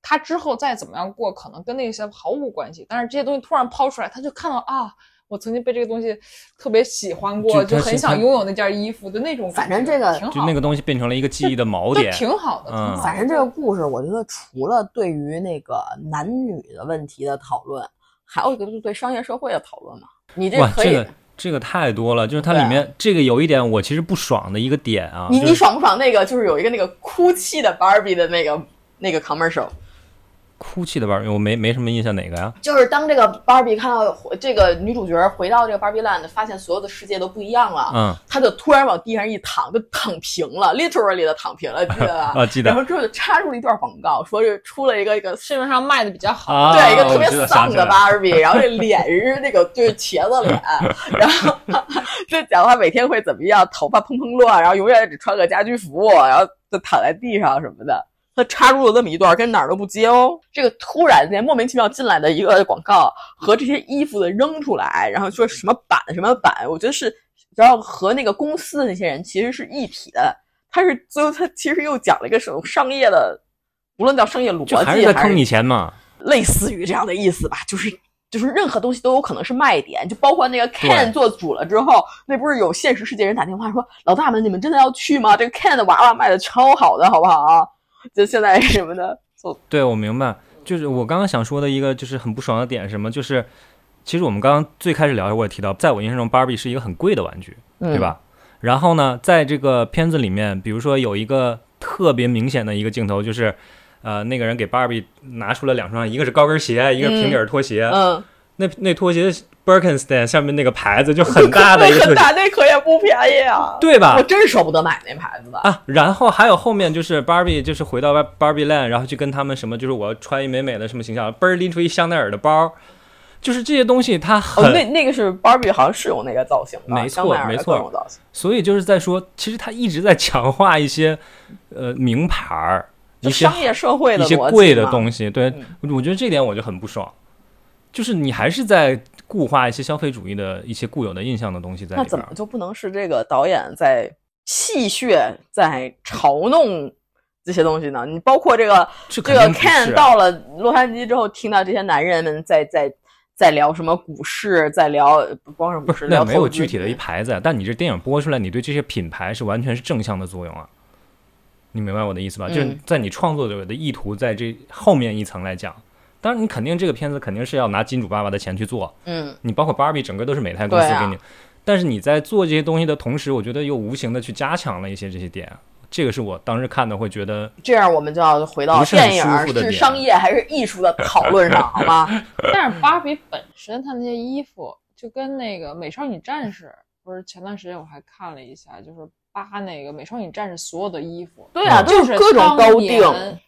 他之后再怎么样过，可能跟那些毫无关系。但是这些东西突然抛出来，他就看到啊，我曾经被这个东西特别喜欢过，
就
就
他
很
他
想拥有那件衣服的那种
反
感觉。
正这个
挺
就
好
那
的，
个东西变成了一个记忆的锚
对，
点。
挺好的，挺好
嗯
的。
反正这个故事，我觉得除了对于那个男女的问题的讨论，还有一个就是对商业社会的讨论嘛。你这
哇，
可以，
这个这个太多了，就是它里面这个有一点我其实不爽的一个点啊，
你
就
你
是
爽不爽？那个就是有一个那个哭泣的 Barbie 的那个那个 commercial。
哭泣的玩意儿，我没没什么印象哪个呀？
就是当这个芭比看到回这个女主角回到这个芭比 land，发现所有的世界都不一样了，
嗯，
她就突然往地上一躺，就躺平了，literally 的躺平了，记得吧？
啊记得
然后之后就插入了一段广告，说是出了一个一个。
市面上卖的比较好，
啊，
对，一个特
我知道
别丧
想
的，
起来了
芭比，然后这脸是那个就是茄 子脸，然后就讲她每天会怎么样，头发蓬蓬乱，然后永远只穿个家居服，然后就躺在地上什么的。她插入了这么一段，跟哪儿都不接哦。这个突然间莫名其妙进来的一个广告和这些衣服的扔出来，然后说什么版什么版，我觉得是，然后和那个公司的那些人其实是一体的。他是最后他其实又讲了一个什么商业的，无论叫商业逻辑
就还是在坑你钱嘛。
类似于这样的意思吧，就是就是任何东西都有可能是卖点，就包括那个
对
Ken 做主了之后，那不是有现实世界人打电话说，老大们你们真的要去吗？这个 Ken 的娃娃卖的超好的，好不好啊？就现在什么的，做
对，我明白，就是我刚刚想说的一个就是很不爽的点是什么，就是其实我们刚刚最开始聊，我也提到，在我印象中，Barbie 是一个很贵的玩具，
嗯
对？吧？然后呢，在这个片子里面，比如说有一个特别明显的一个镜头，就是，呃，那个人给 Barbie 拿出了两双，一个是高跟鞋，一个是平底儿拖鞋。
嗯，
那那拖鞋 Birkenstein 上面那个牌 子就很大的一个拖
很
鞋，
大，那可也不便宜啊！
对吧
我？真舍不得买那牌子的。哦
啊，然后还有后面就是 Barbie，就是回到 Bar- Barbie Land，然后去跟他们什么，就是我要穿一美美的什么形象，嘣儿拎出一香奈儿的包，就是这些东西它很，
哦，那那个是 Barbie，好像是有那个造型的，
没错
香奈儿的
没错
各种造型。
所以就是在说，其实它一直在强化一些呃名牌儿，
就
一些
商业社会
一
的
些
逻辑
贵的
嘛嗯
东西，对、我觉得这点我就很不爽，就是你还是在固化一些消费主义的一些固有的印象的东西在里
那
边
怎么
儿。
就不能是这个导演在戏谑、在嘲弄这些东西呢？你包括这个
这
这
肯
个
定不是啊
Ken 到了洛杉矶之后，听到这些男人们在在在聊什么股市，在聊不光是股
不
市，
是，
聊
那没有
投资
具体的一牌子啊，但你这电影播出来，你对这些品牌是完全是正向的作用啊。你明白我的意思吧？
嗯
就是在你创作者的意图在这后面一层来讲，当然你肯定这个片子肯定是要拿金主爸爸的钱去做，
嗯，
你包括芭比整个都是美泰公司
对啊
给你，但是你在做这些东西的同时，我觉得又无形的去加强了一些这些点，这个是我当时看的会觉得
这样我们就要回到
不是很
电影
舒服的
是
点
商业还是艺术的讨论上，好吗？
但是芭比本身她那些衣服就跟那个美少女战士，不是前段时间我还看了一下，就是扒那个美少女战士所有的衣服，
对啊，
就
都各种高定，
当
啊
年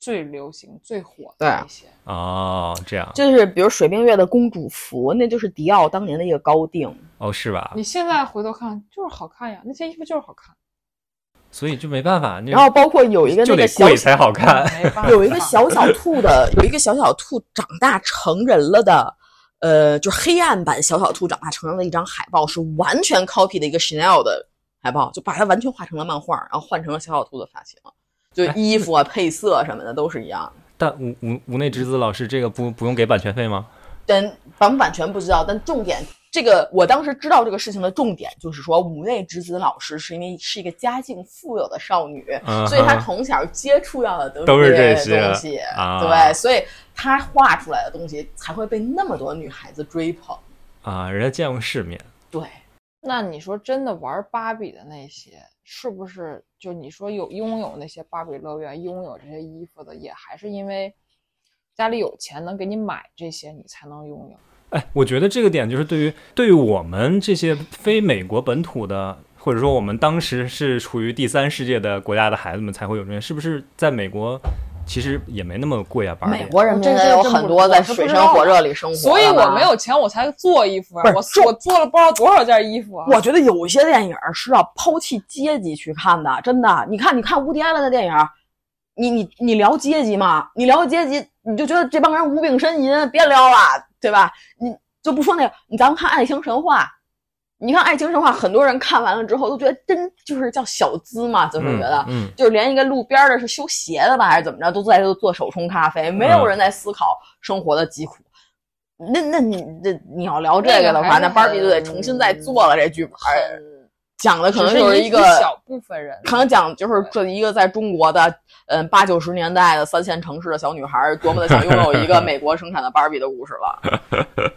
最流行、最火的那些。
哦这样
就是比如水冰月的公主服，那就是迪奥当年的一个高定。
哦是吧？
你现在回头看就是好看呀，那些衣服就是好看。
所以就没办法，那
然后包括有一个
就得
那个小
贵才好看。
没办法
有一个小小兔的，有一个小小兔长大成人了的，呃，就是黑暗版小小兔长大成人的一张海报，是完全 copy 的一个 Chanel 的海报，就把它完全画成了漫画，然后换成了小小兔的发型，就衣服啊、配色什么的都是一样。
但无无无内之子老师，这个不不用给版权费吗？
但版不版权不知道，但重点。这个我当时知道这个事情的重点就是说，五内直子老师是因为是一个家境富有的少女，
嗯哼
所以她从小接触到的都
都是
这
这些
东西，
啊
对，所以她画出来的东西才会被那么多女孩子追捧。
啊，人家见过世面，
对，
那你说真的玩芭比的那些，是不是就你说有拥有那些芭比乐园、拥有这些衣服的，也还是因为家里有钱能给你买这些，你才能拥有？
哎，我觉得这个点就是对于对于我们这些非美国本土的，或者说我们当时是处于第三世界的国家的孩子们才会有这些，是不是在美国其实也没那么贵啊？芭比
美国人
哦这
现
这
在有
真
很
不
多
我
在
是不
水
知
深
道
火
的
热里生活，
所以我没。有钱，我才做衣服啊！
不
我
是
我做了不知道多少件衣服啊！
我觉得有一些电影是要抛弃阶级去看的，真的。你看，你看乌迪埃伦的电影，你你你聊阶级嘛？你聊阶级，你就觉得这帮人无病呻吟，别聊了，对吧？你就不说那个，你咱们看《爱情神话》，你看《爱情神话》，很多人看完了之后都觉得真就是叫小资嘛，就是觉得。
嗯嗯
就是连一个路边的是修鞋的吧，还是怎么着，都在这做手冲咖啡，没
嗯
有人在思考生活的疾苦。那那你这你要聊这个的
那
话，那
个还
芭
是
比就得重新再做了这剧本儿，
很
讲哎的可能
只
就是是
一
一个
小部分人
可能讲就是这一个在中国的，嗯，八九十年代的三线城市的小女孩儿多么的想拥有一个美国生产的芭比的故事了。
嗯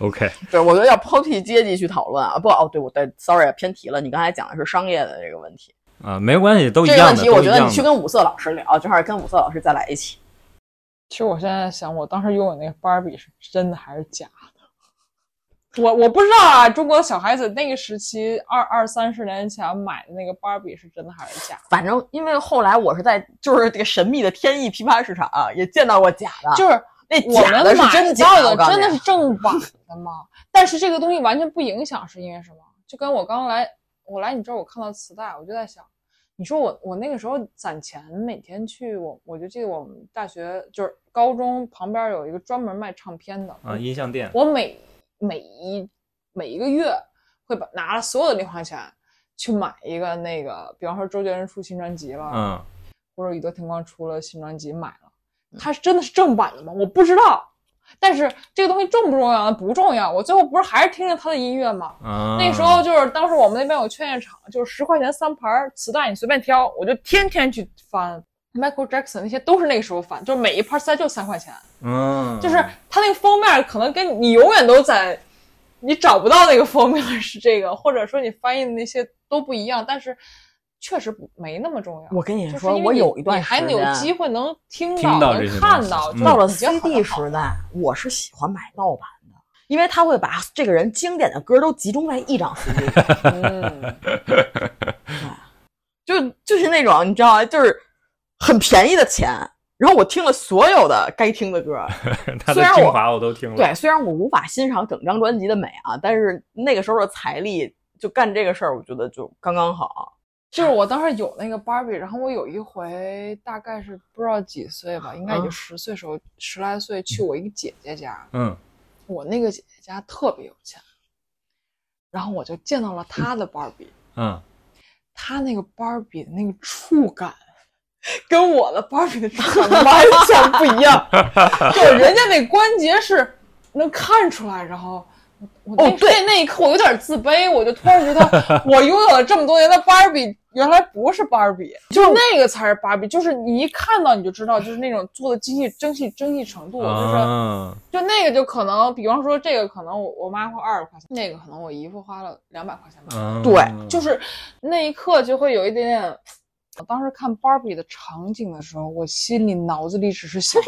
OK，
对，我觉得要抛弃阶级去讨论啊，不哦，对，我对，sorry，偏题了。你刚才讲的是商业的这个问题，
啊，没关系，都一
这个
样
问
的。
题我
都一
觉得你
样
去
的
跟五色老师聊，正好跟五色老师再来一起。
其实我现在想，我当时拥有那个芭比是真的还是假的？我我不知道啊，中国小孩子那个时期二二三十年前买的那个芭比是真的还是假的？
反正因为后来我是在就是这个神秘的天意批发市场啊、也见到过假的，
就是
那
我
假
们
的是
买
真假
到
我
的
告诉
真的
你啊
是正版的吗？但是这个东西完全不影响，是因为什么？就跟我刚来，我来你这儿，我看到磁带，我就在想，你说我我那个时候攒钱，每天去我我就记得我们大学就是高中旁边有一个专门卖唱片的
啊，音像店
我每每一每一个月会把拿了所有的零花钱去买一个那个，比方说周杰伦出新专辑
啊
了，
嗯，
或者宇多田光出了新专辑买了，它是真的是正版的吗？我不知道。但是这个东西重不重要呢？不重要。我最后不是还是听着他的音乐吗？
啊，
那时候就是当时我们那边有劝业场，就是十块钱三盘儿磁带，你随便挑，我就天天去翻。 Michael Jackson 那些都是那个时候翻，就是每一盘塞就三块钱，
嗯，
就是它那个封面可能跟你永远都在，你找不到那个封面是这个，或者说你翻译的那些都不一样，但是确实不没那么重要。
我跟你
就是
说
因为
我
你
有一段
你还
时
有
间
机会能听
听到这些
能
东
看
西
到，
嗯
就
到了
已经很
CD
好
时代，我是喜欢买盗版的，因为他会把这个人经典的歌都集中在一张 CD 上，
嗯，
就就是那种你知道吗？就是很便宜的钱，然后我听了所有的该听的 歌。
他
虽
的
然
精
我
华我都听了。
对，虽然我无法欣赏整张专辑的美啊，但是那个时候的财力就干这个事儿，我觉得就刚刚好。
就是我当时有那个芭比，然后我有一回大概是不知道几岁吧，应该也就
嗯
十岁时候，十来岁去我一个姐姐家，
嗯，
我那个姐姐家特别有钱，然后我就见到了她的芭比，
嗯，
她那个芭比的那个触感。跟我的芭比的触感完全不一样，就人家那关节是能看出来，然后我那
哦对
那那一刻我有点自卑，我就突然觉得我拥有了这么多年的芭比，原来不是芭比，就是那个才是芭比，就是你一看到你就知道，就是那种做的精细、精细、精细程度，就是
啊，
就那个就可能，比方说这个可能我我妈花二十块钱，那个可能我姨夫花了两百块钱吧，
嗯
对
就是那一刻就会有一点点。我当时看芭比的场景的时候，我心里脑子里只 是想，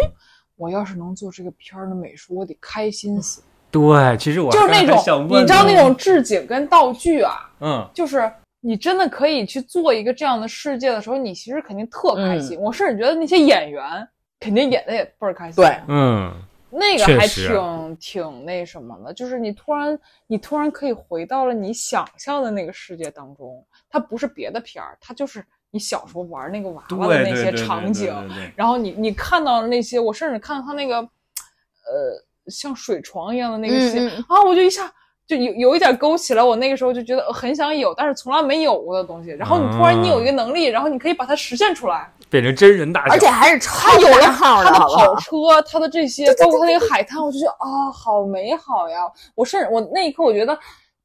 我要是能做这个片儿的美术，我得开心死。
对，其实嗯我
就是那
刚才想
种，
问
你知道
呢
那种，置景跟道具啊，
嗯
就是你真的可以去做一个这样的世界的时候，你其实肯定特
嗯
开心。我甚至觉得那些演员肯定演的也倍儿开心。啊
对，
嗯，
那个
确
还
实
挺挺那什么的，就是你突然你突然可以回到了你想象的那个世界当中，它不是别的片儿，它就是你小时候玩那个娃
对
娃的那
对
些
对
场
对
景，
对对对
然后你你看到了那些，我甚至看到他那个，呃，像水床一样的那个戏、
嗯嗯
啊，我就一下就有有一点勾起了我那个时候就觉得呃很想有，但是从来没有过的东西。然后你突然你有
啊
一个能力，然后你可以把它实现出来。
变成真人大小，
而且还是超
他有了
大号
他的
好不好
跑车，他的这些，包括他那个海滩，我就觉得啊、好美好呀！我甚至我那一刻，我觉得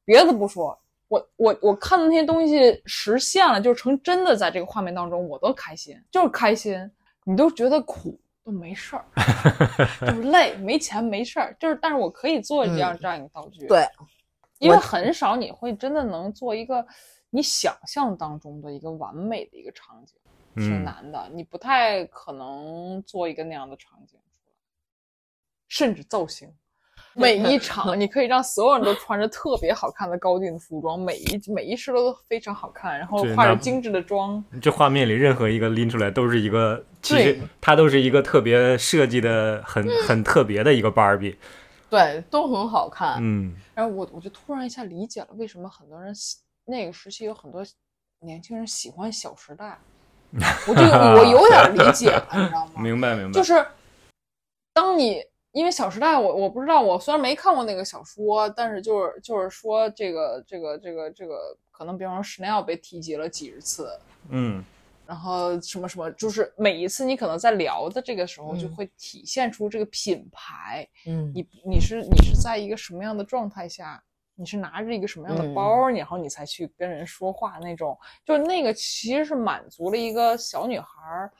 别的不说，我我我看到那些东西实现了，就是成真的在这个画面当中，我都开心，就是开心，你都觉得苦。都没事儿，就是累，没钱没事儿，就是，但是我可以做这样、这样一个道具，
嗯对，
因为
我
很少你会真的能做一个你想象当中的一个完美的一个场景，是
嗯
难的，你不太可能做一个那样的场景出来，甚至造型。每一场，你可以让所有人都穿着特别好看的高定服装，每一每一式都非常好看，然后
对
化着
那
精致的妆，
这画面里任何一个拎出来都是一个，其实
对嗯
它都是一个特别设计的很很特别的一个 Barbie，
对，都很好
啊
看。
嗯
然后我我就突然一下理解了为什么很多人喜那个时期有很多年轻人喜欢《小时 代》，我就有我有点理解了，你知道吗？
明白明白，
就是当你因为《小时代》我，我不知道，我虽然没看过那个小说，但是就是就是说这个这个这个这个，可能比方说史奈奥被提及了几十次，
嗯
然后什么什么，就是每一次你可能在聊的这个时候，就
嗯
会体现出这个品牌，
嗯，
你你是你是在一个什么样的状态下，你是拿着一个什么样的包，然后你才去跟人说话那种，就是那个其实是满足了一个小女孩儿，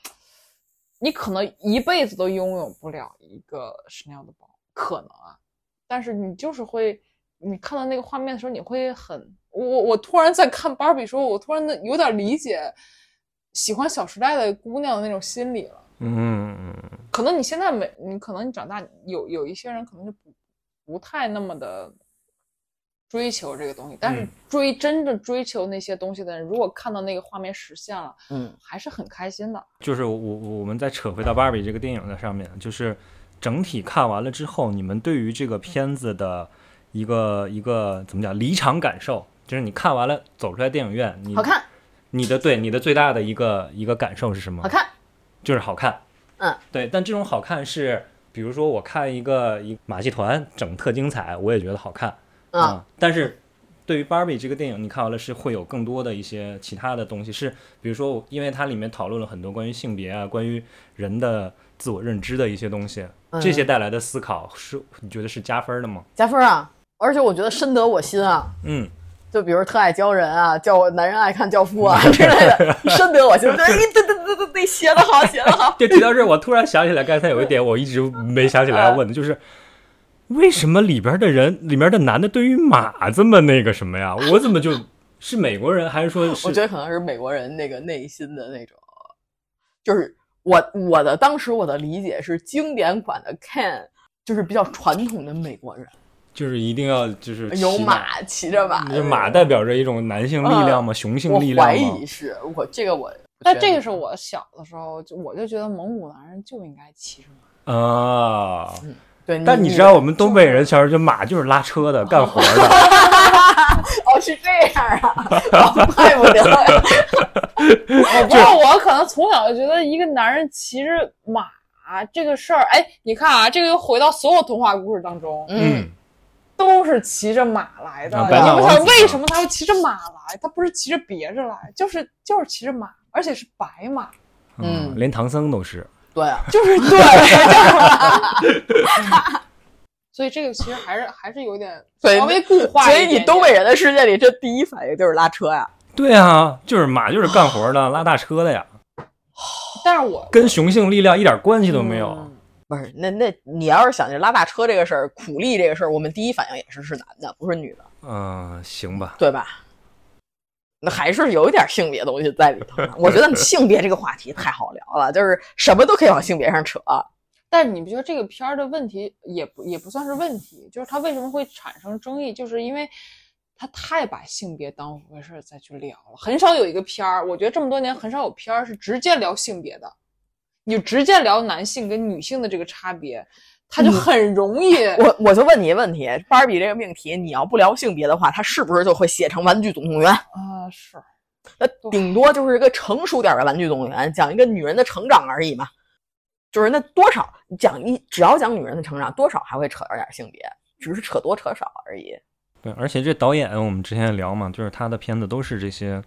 你可能一辈子都拥有不了一个什么样的包，可能啊，但是你就是会，你看到那个画面的时候，你会很，我我我突然在看芭比时候，我突然的有点理解喜欢《小时代》的姑娘的那种心理了。
嗯嗯嗯
可能你现在没，你可能你长大有有一些人可能就不不太那么的追求这个东西，但是
嗯
追、真正追求那些东西的人，如果看到那个画面实现了，
嗯，
还是很开心的。
就是我我我们再扯回到《芭比》这个电影的上面，就是整体看完了之后，你们对于这个片子的一个一个怎么讲离场感受，就是你看完了走出来电影院，你
好，看，
你的对你的最大的一个一个感受是什么？
好，看。
就是好看。
嗯，
对，但这种好看是，比如说我看一个一马戏团整特精彩，我也觉得好看。
嗯，
啊，但是对于《芭比》这个电影，你看完了是会有更多的一些其他的东西，是比如说，因为它里面讨论了很多关于性别啊、关于人的自我认知的一些东西，
嗯
这些带来的思考是你觉得是加分的吗？
加分啊！而且我觉得深得我心啊。
嗯，
就 比如特爱教人啊，教我男人爱看教父啊之类的，深得我心。对，对对对对对对，写的好，写的好。
就提到这儿，我突然想起来，刚才有一点我一直没想起来要问
嗯
的，就是为什么里边的人，里面的男的对于马这么那个什么呀？我怎么就是美国人，还是说
我觉
是
得可 能是美国人那个内心的那种，就是我我的当时我的理解是，经典款的 Ken 就是比较传统的美国人，
就是一定要就是
有
骑？
马骑着马，
就马代表着一种男性力量吗？雄性
我
力量
怀
吗？
疑是我这个我，
但这个是我小的时候，就我就觉得蒙古男人就应该骑着马。
啊！
嗯对，
但你知 道我们东北人小时候就马就是拉车的，干活的。
哦是这样啊， 我怪不得呀，
我不知道，我可能从小就觉得一个男人骑着马这个事儿，哎，你看啊，这个又回到所有童话故事当中，
嗯，
都是骑着马来的。
啊白马
你们
王
想
子
为什么他会骑着马来？他不是骑着别着来，就是就是骑着马，而且是白马。
嗯
连唐僧都是。
对 啊，
就是对。所以这个其实还是还是有点
对
稍微固化
所
一
以
点点。
你东北人的世界里，这第一反应就是拉车呀，
对啊，就是马就是干活的，拉大车的呀，
但是我
跟雄性力量一点关系都没
啊
有。
嗯
不是？那那你要是想起拉大车这个事儿，苦力这个事儿，我们第一反应也是是男的，不是女的。
嗯、行吧，
对吧？那还是有一点性别东西在里头的。我觉得性别这个话题太好聊了，就是什么都可以往性别上扯。
但是你不觉得这个片儿的问题也不也不算是问题，就是它为什么会产生争议，就是因为它太把性别当回事儿再去聊了。很少有一个片儿，我觉得这么多年很少有片儿是直接聊性别的，你就直接聊男性跟女性的这个差别，它就很容易。
嗯我我就问你一个问题：芭比这个命题，你要不聊性别的话，它是不是就会写成《玩具总动员》？
啊、是。
那顶多就是一个成熟点的《玩具总动员》，讲一个女人的成长而已嘛。就是那多少讲一，只要讲女人的成长，多少还会扯到点性别，只是扯多扯少而已。
对，而且这导演我们之前也聊嘛，就是他的片子都是这些，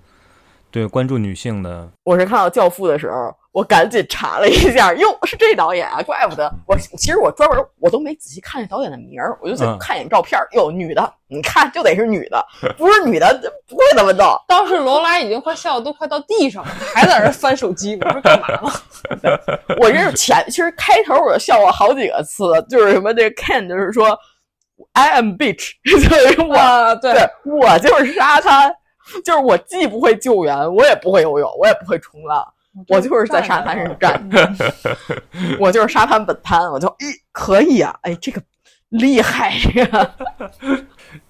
对关注女性的，
我是看到《教父》的时候，我赶紧查了一下，哟，是这导演啊，怪不得我其实我专门我都没仔细看这导演的名儿，我就想
嗯
看一眼照片儿，哟，女的，你看就得是女的，不是女的不会那么弄。
当时罗拉已经快笑得都快到地上了，还在那儿翻手机，我说干嘛呢？
我这是前，其实开头我笑过好几个次，就是什么这个 Ken 就是说 I am bitch，就是 我、
啊，对
对我就是沙滩，就是我既不会救援，我也不会游泳，我也不会冲浪。我就是在沙滩上站着， 我就是沙滩本滩，我就咦可以啊，哎，这个厉害这个，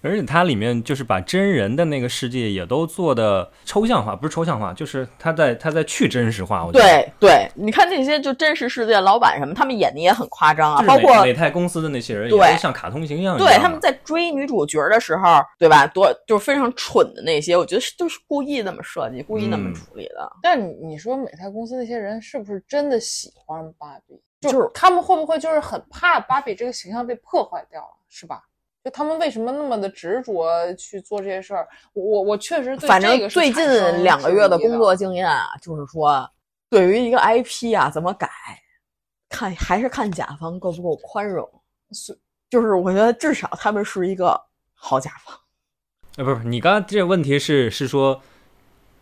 而且它里面就是把真人的那个世界也都做的抽象化，不是抽象化，就是他在他在去真实化。我觉得
对对，你看那些就真实世界老板什么，他们演的也很夸张啊，
就是
包
美
括
美泰公司的那些人也
对
都像卡通形象一样嘛，
对他们在追女主角的时候，对吧？多就是非常蠢的那些，我觉得是就是故意那么设计，故意那么
嗯
处理的。
但你你说美泰公司那些人是不是真的喜欢芭比？
就是
他们会不会就是很怕芭比这个形象被破坏掉了，是吧？就他们为什么那么的执着去做这些事儿？我我我确实对
反
这
正
个是
最
产生
近两个月的
质疑
工作经验啊，就是说，对于一个 IP 啊，怎么改，看还是看甲方够不够宽容。
是
就是我觉得至少他们是一个好甲方。
呃，不是，你刚刚这个问题是是说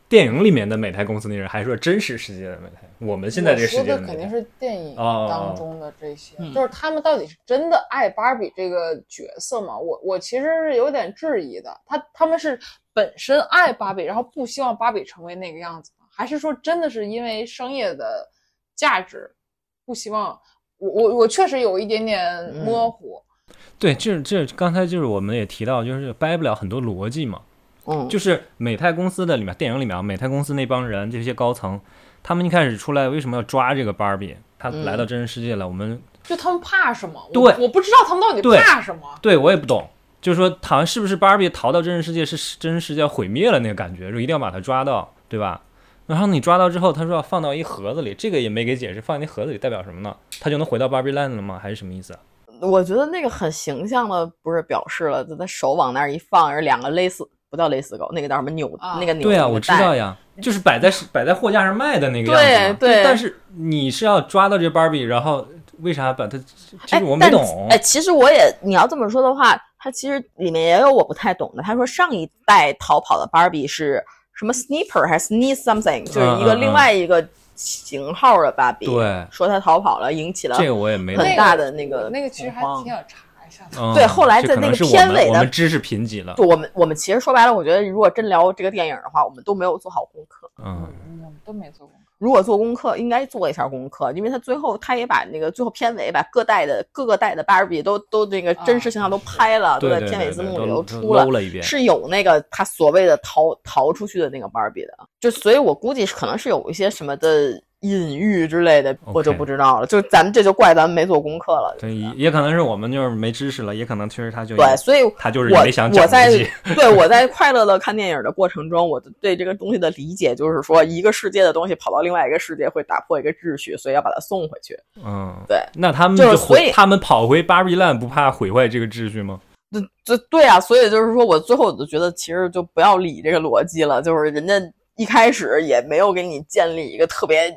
电影里面的美泰公司那人，还是说真实世界的美泰？我们现在这个世
我
界
说
的美
的肯定
泰
是电影
哦
当中的这些，
嗯
就是他们到底是真的爱芭比这个角色吗？我我其实是有点质疑的。他他们是本身爱芭比，然后不希望芭比成为那个样子吗？还是说真的是因为商业的价值，不希望？我我我确实有一点点
嗯
模糊。
对，这这刚才就是我们也提到，就是掰不了很多逻辑嘛。
嗯，
就是美泰公司的里面，电影里面啊，美泰公司那帮人这些高层，他们一开始出来为什么要抓这个芭比？他
嗯
来到真实世界了，我们
就他们怕什么？我
对
我不知道他们到底
对
怕什么。
对我也不懂，就是说好像是不是芭比逃到真实世界是真实世界毁灭了那个感觉，就一定要把它抓到，对吧？然后你抓到之后，他说要放到一盒子里，这个也没给解释，放在那盒子里代表什么呢？他就能回到芭比 land 了吗？还是什么意思啊？
我觉得那个很形象的，不是表示了，就他手往那儿一放，是两个勒死，不叫勒死狗，那个叫什么扭，
啊
那个扭。
对啊，我知道。呀，就是摆在摆在货架上卖的那个样子嘛。
对对
但是你是要抓到这芭比，然后为啥把它？这
哎，
个我没
但
懂。
哎，其实我也，你要这么说的话，它其实里面也有我不太懂的。他说上一代逃跑的芭比是什么 sniper 还是 sneeze something，就是一个
嗯嗯
另外一个型号的芭比，
对
说他逃跑了，引起了
这个我也没懂。
很大的那个
那个其实还
恐慌
挺想查一下的。
嗯
对后来在那
这可
个
能是我
片
们
尾的
我们知识贫瘠了
就。我们我们其实说白了，我觉得如果真聊这个电影的话，我们都没有做好功课。
嗯，
嗯，我们都没做功课。
如果做功课，应该做一下功课，因为他最后他也把那个最后片尾把各代的各个代的芭比都都那个真实形象都拍了，
对
都在
对
片
对
尾字
对
幕
都
里都
都
出了
搂，了一遍
是有那个他所谓的逃逃出去的那个芭比的，就所以我估计是可能是有一些什么的隐喻之类的，我就
OK
不知道了。就咱们这就怪咱们没做功课了。
对，也也可能是我们就是没知识了，也可能确实他就
对，所以
他就是
我
没想讲
我在
自己
对我在快乐的看电影的过程中，我对这个东西的理解就是说，一个世界的东西跑到另外一个世界会打破一个秩序，所以要把它送回去。
嗯，
对
那他们
就是
就
所
回
以
他们跑回芭比 land 不怕毁坏这个秩序吗？
这这对啊，所以就是说我最后我就觉得，其实就不要理这个逻辑了，就是人家一开始也没有给你建立一个特别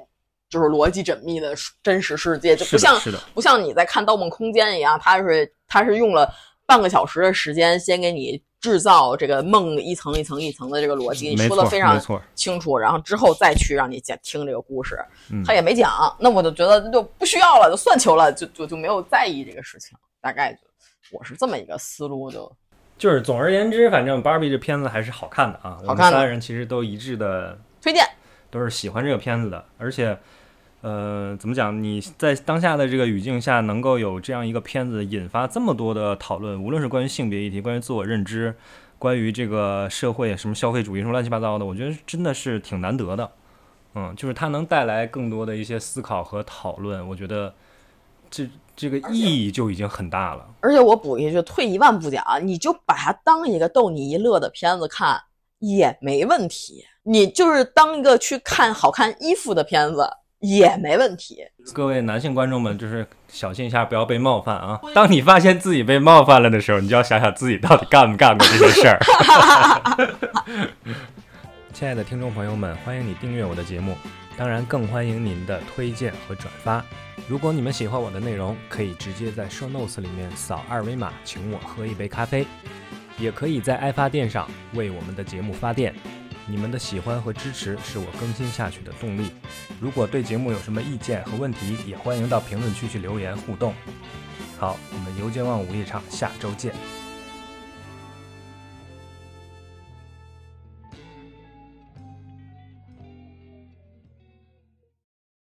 就是逻辑缜密的真实世界，就不
是
像
的，是的，
不像你在看《盗梦空间》一样，它是它是用了半个小时的时间，先给你制造这个梦一层一层一层的这个逻辑，
没
说的
错
非
没
常
错
清楚，然后之后再去让你讲听这个故事，
嗯
他也没讲，那我就觉得就不需要了，就算球了，就就就没有在意这个事情，大概就我是这么一个思路，就
就是总而言之，反正芭比这片子还是好看的啊，我
好
们
看的
三人其实都一致的
推荐。
都是喜欢这个片子的，而且，呃，怎么讲？你在当下的这个语境下，能够有这样一个片子引发这么多的讨论，无论是关于性别议题、关于自我认知、关于这个社会什么消费主义什么乱七八糟的，我觉得真的是挺难得的。嗯，就是它能带来更多的一些思考和讨论，我觉得这这个意义就已经很大了。
而且我补一句，退一万步讲，啊你就把它当一个逗你一乐的片子看也没问题，你就是当一个去看好看衣服的片子也没问题。
各位男性观众们，就是小心一下，不要被冒犯啊！当你发现自己被冒犯了的时候，你就要想想自己到底干没干过这些事儿。
亲爱的听众朋友们，欢迎你订阅我的节目，当然更欢迎您的推荐和转发。如果你们喜欢我的内容，可以直接在 Show Notes 里面扫二维码，请我喝一杯咖啡，也可以在爱发电上为我们的节目发电。你们的喜欢和支持是我更新下去的动力。如果对节目有什么意见和问题，也欢迎到评论区去留言互动。好，我们邮间望午夜场下周见，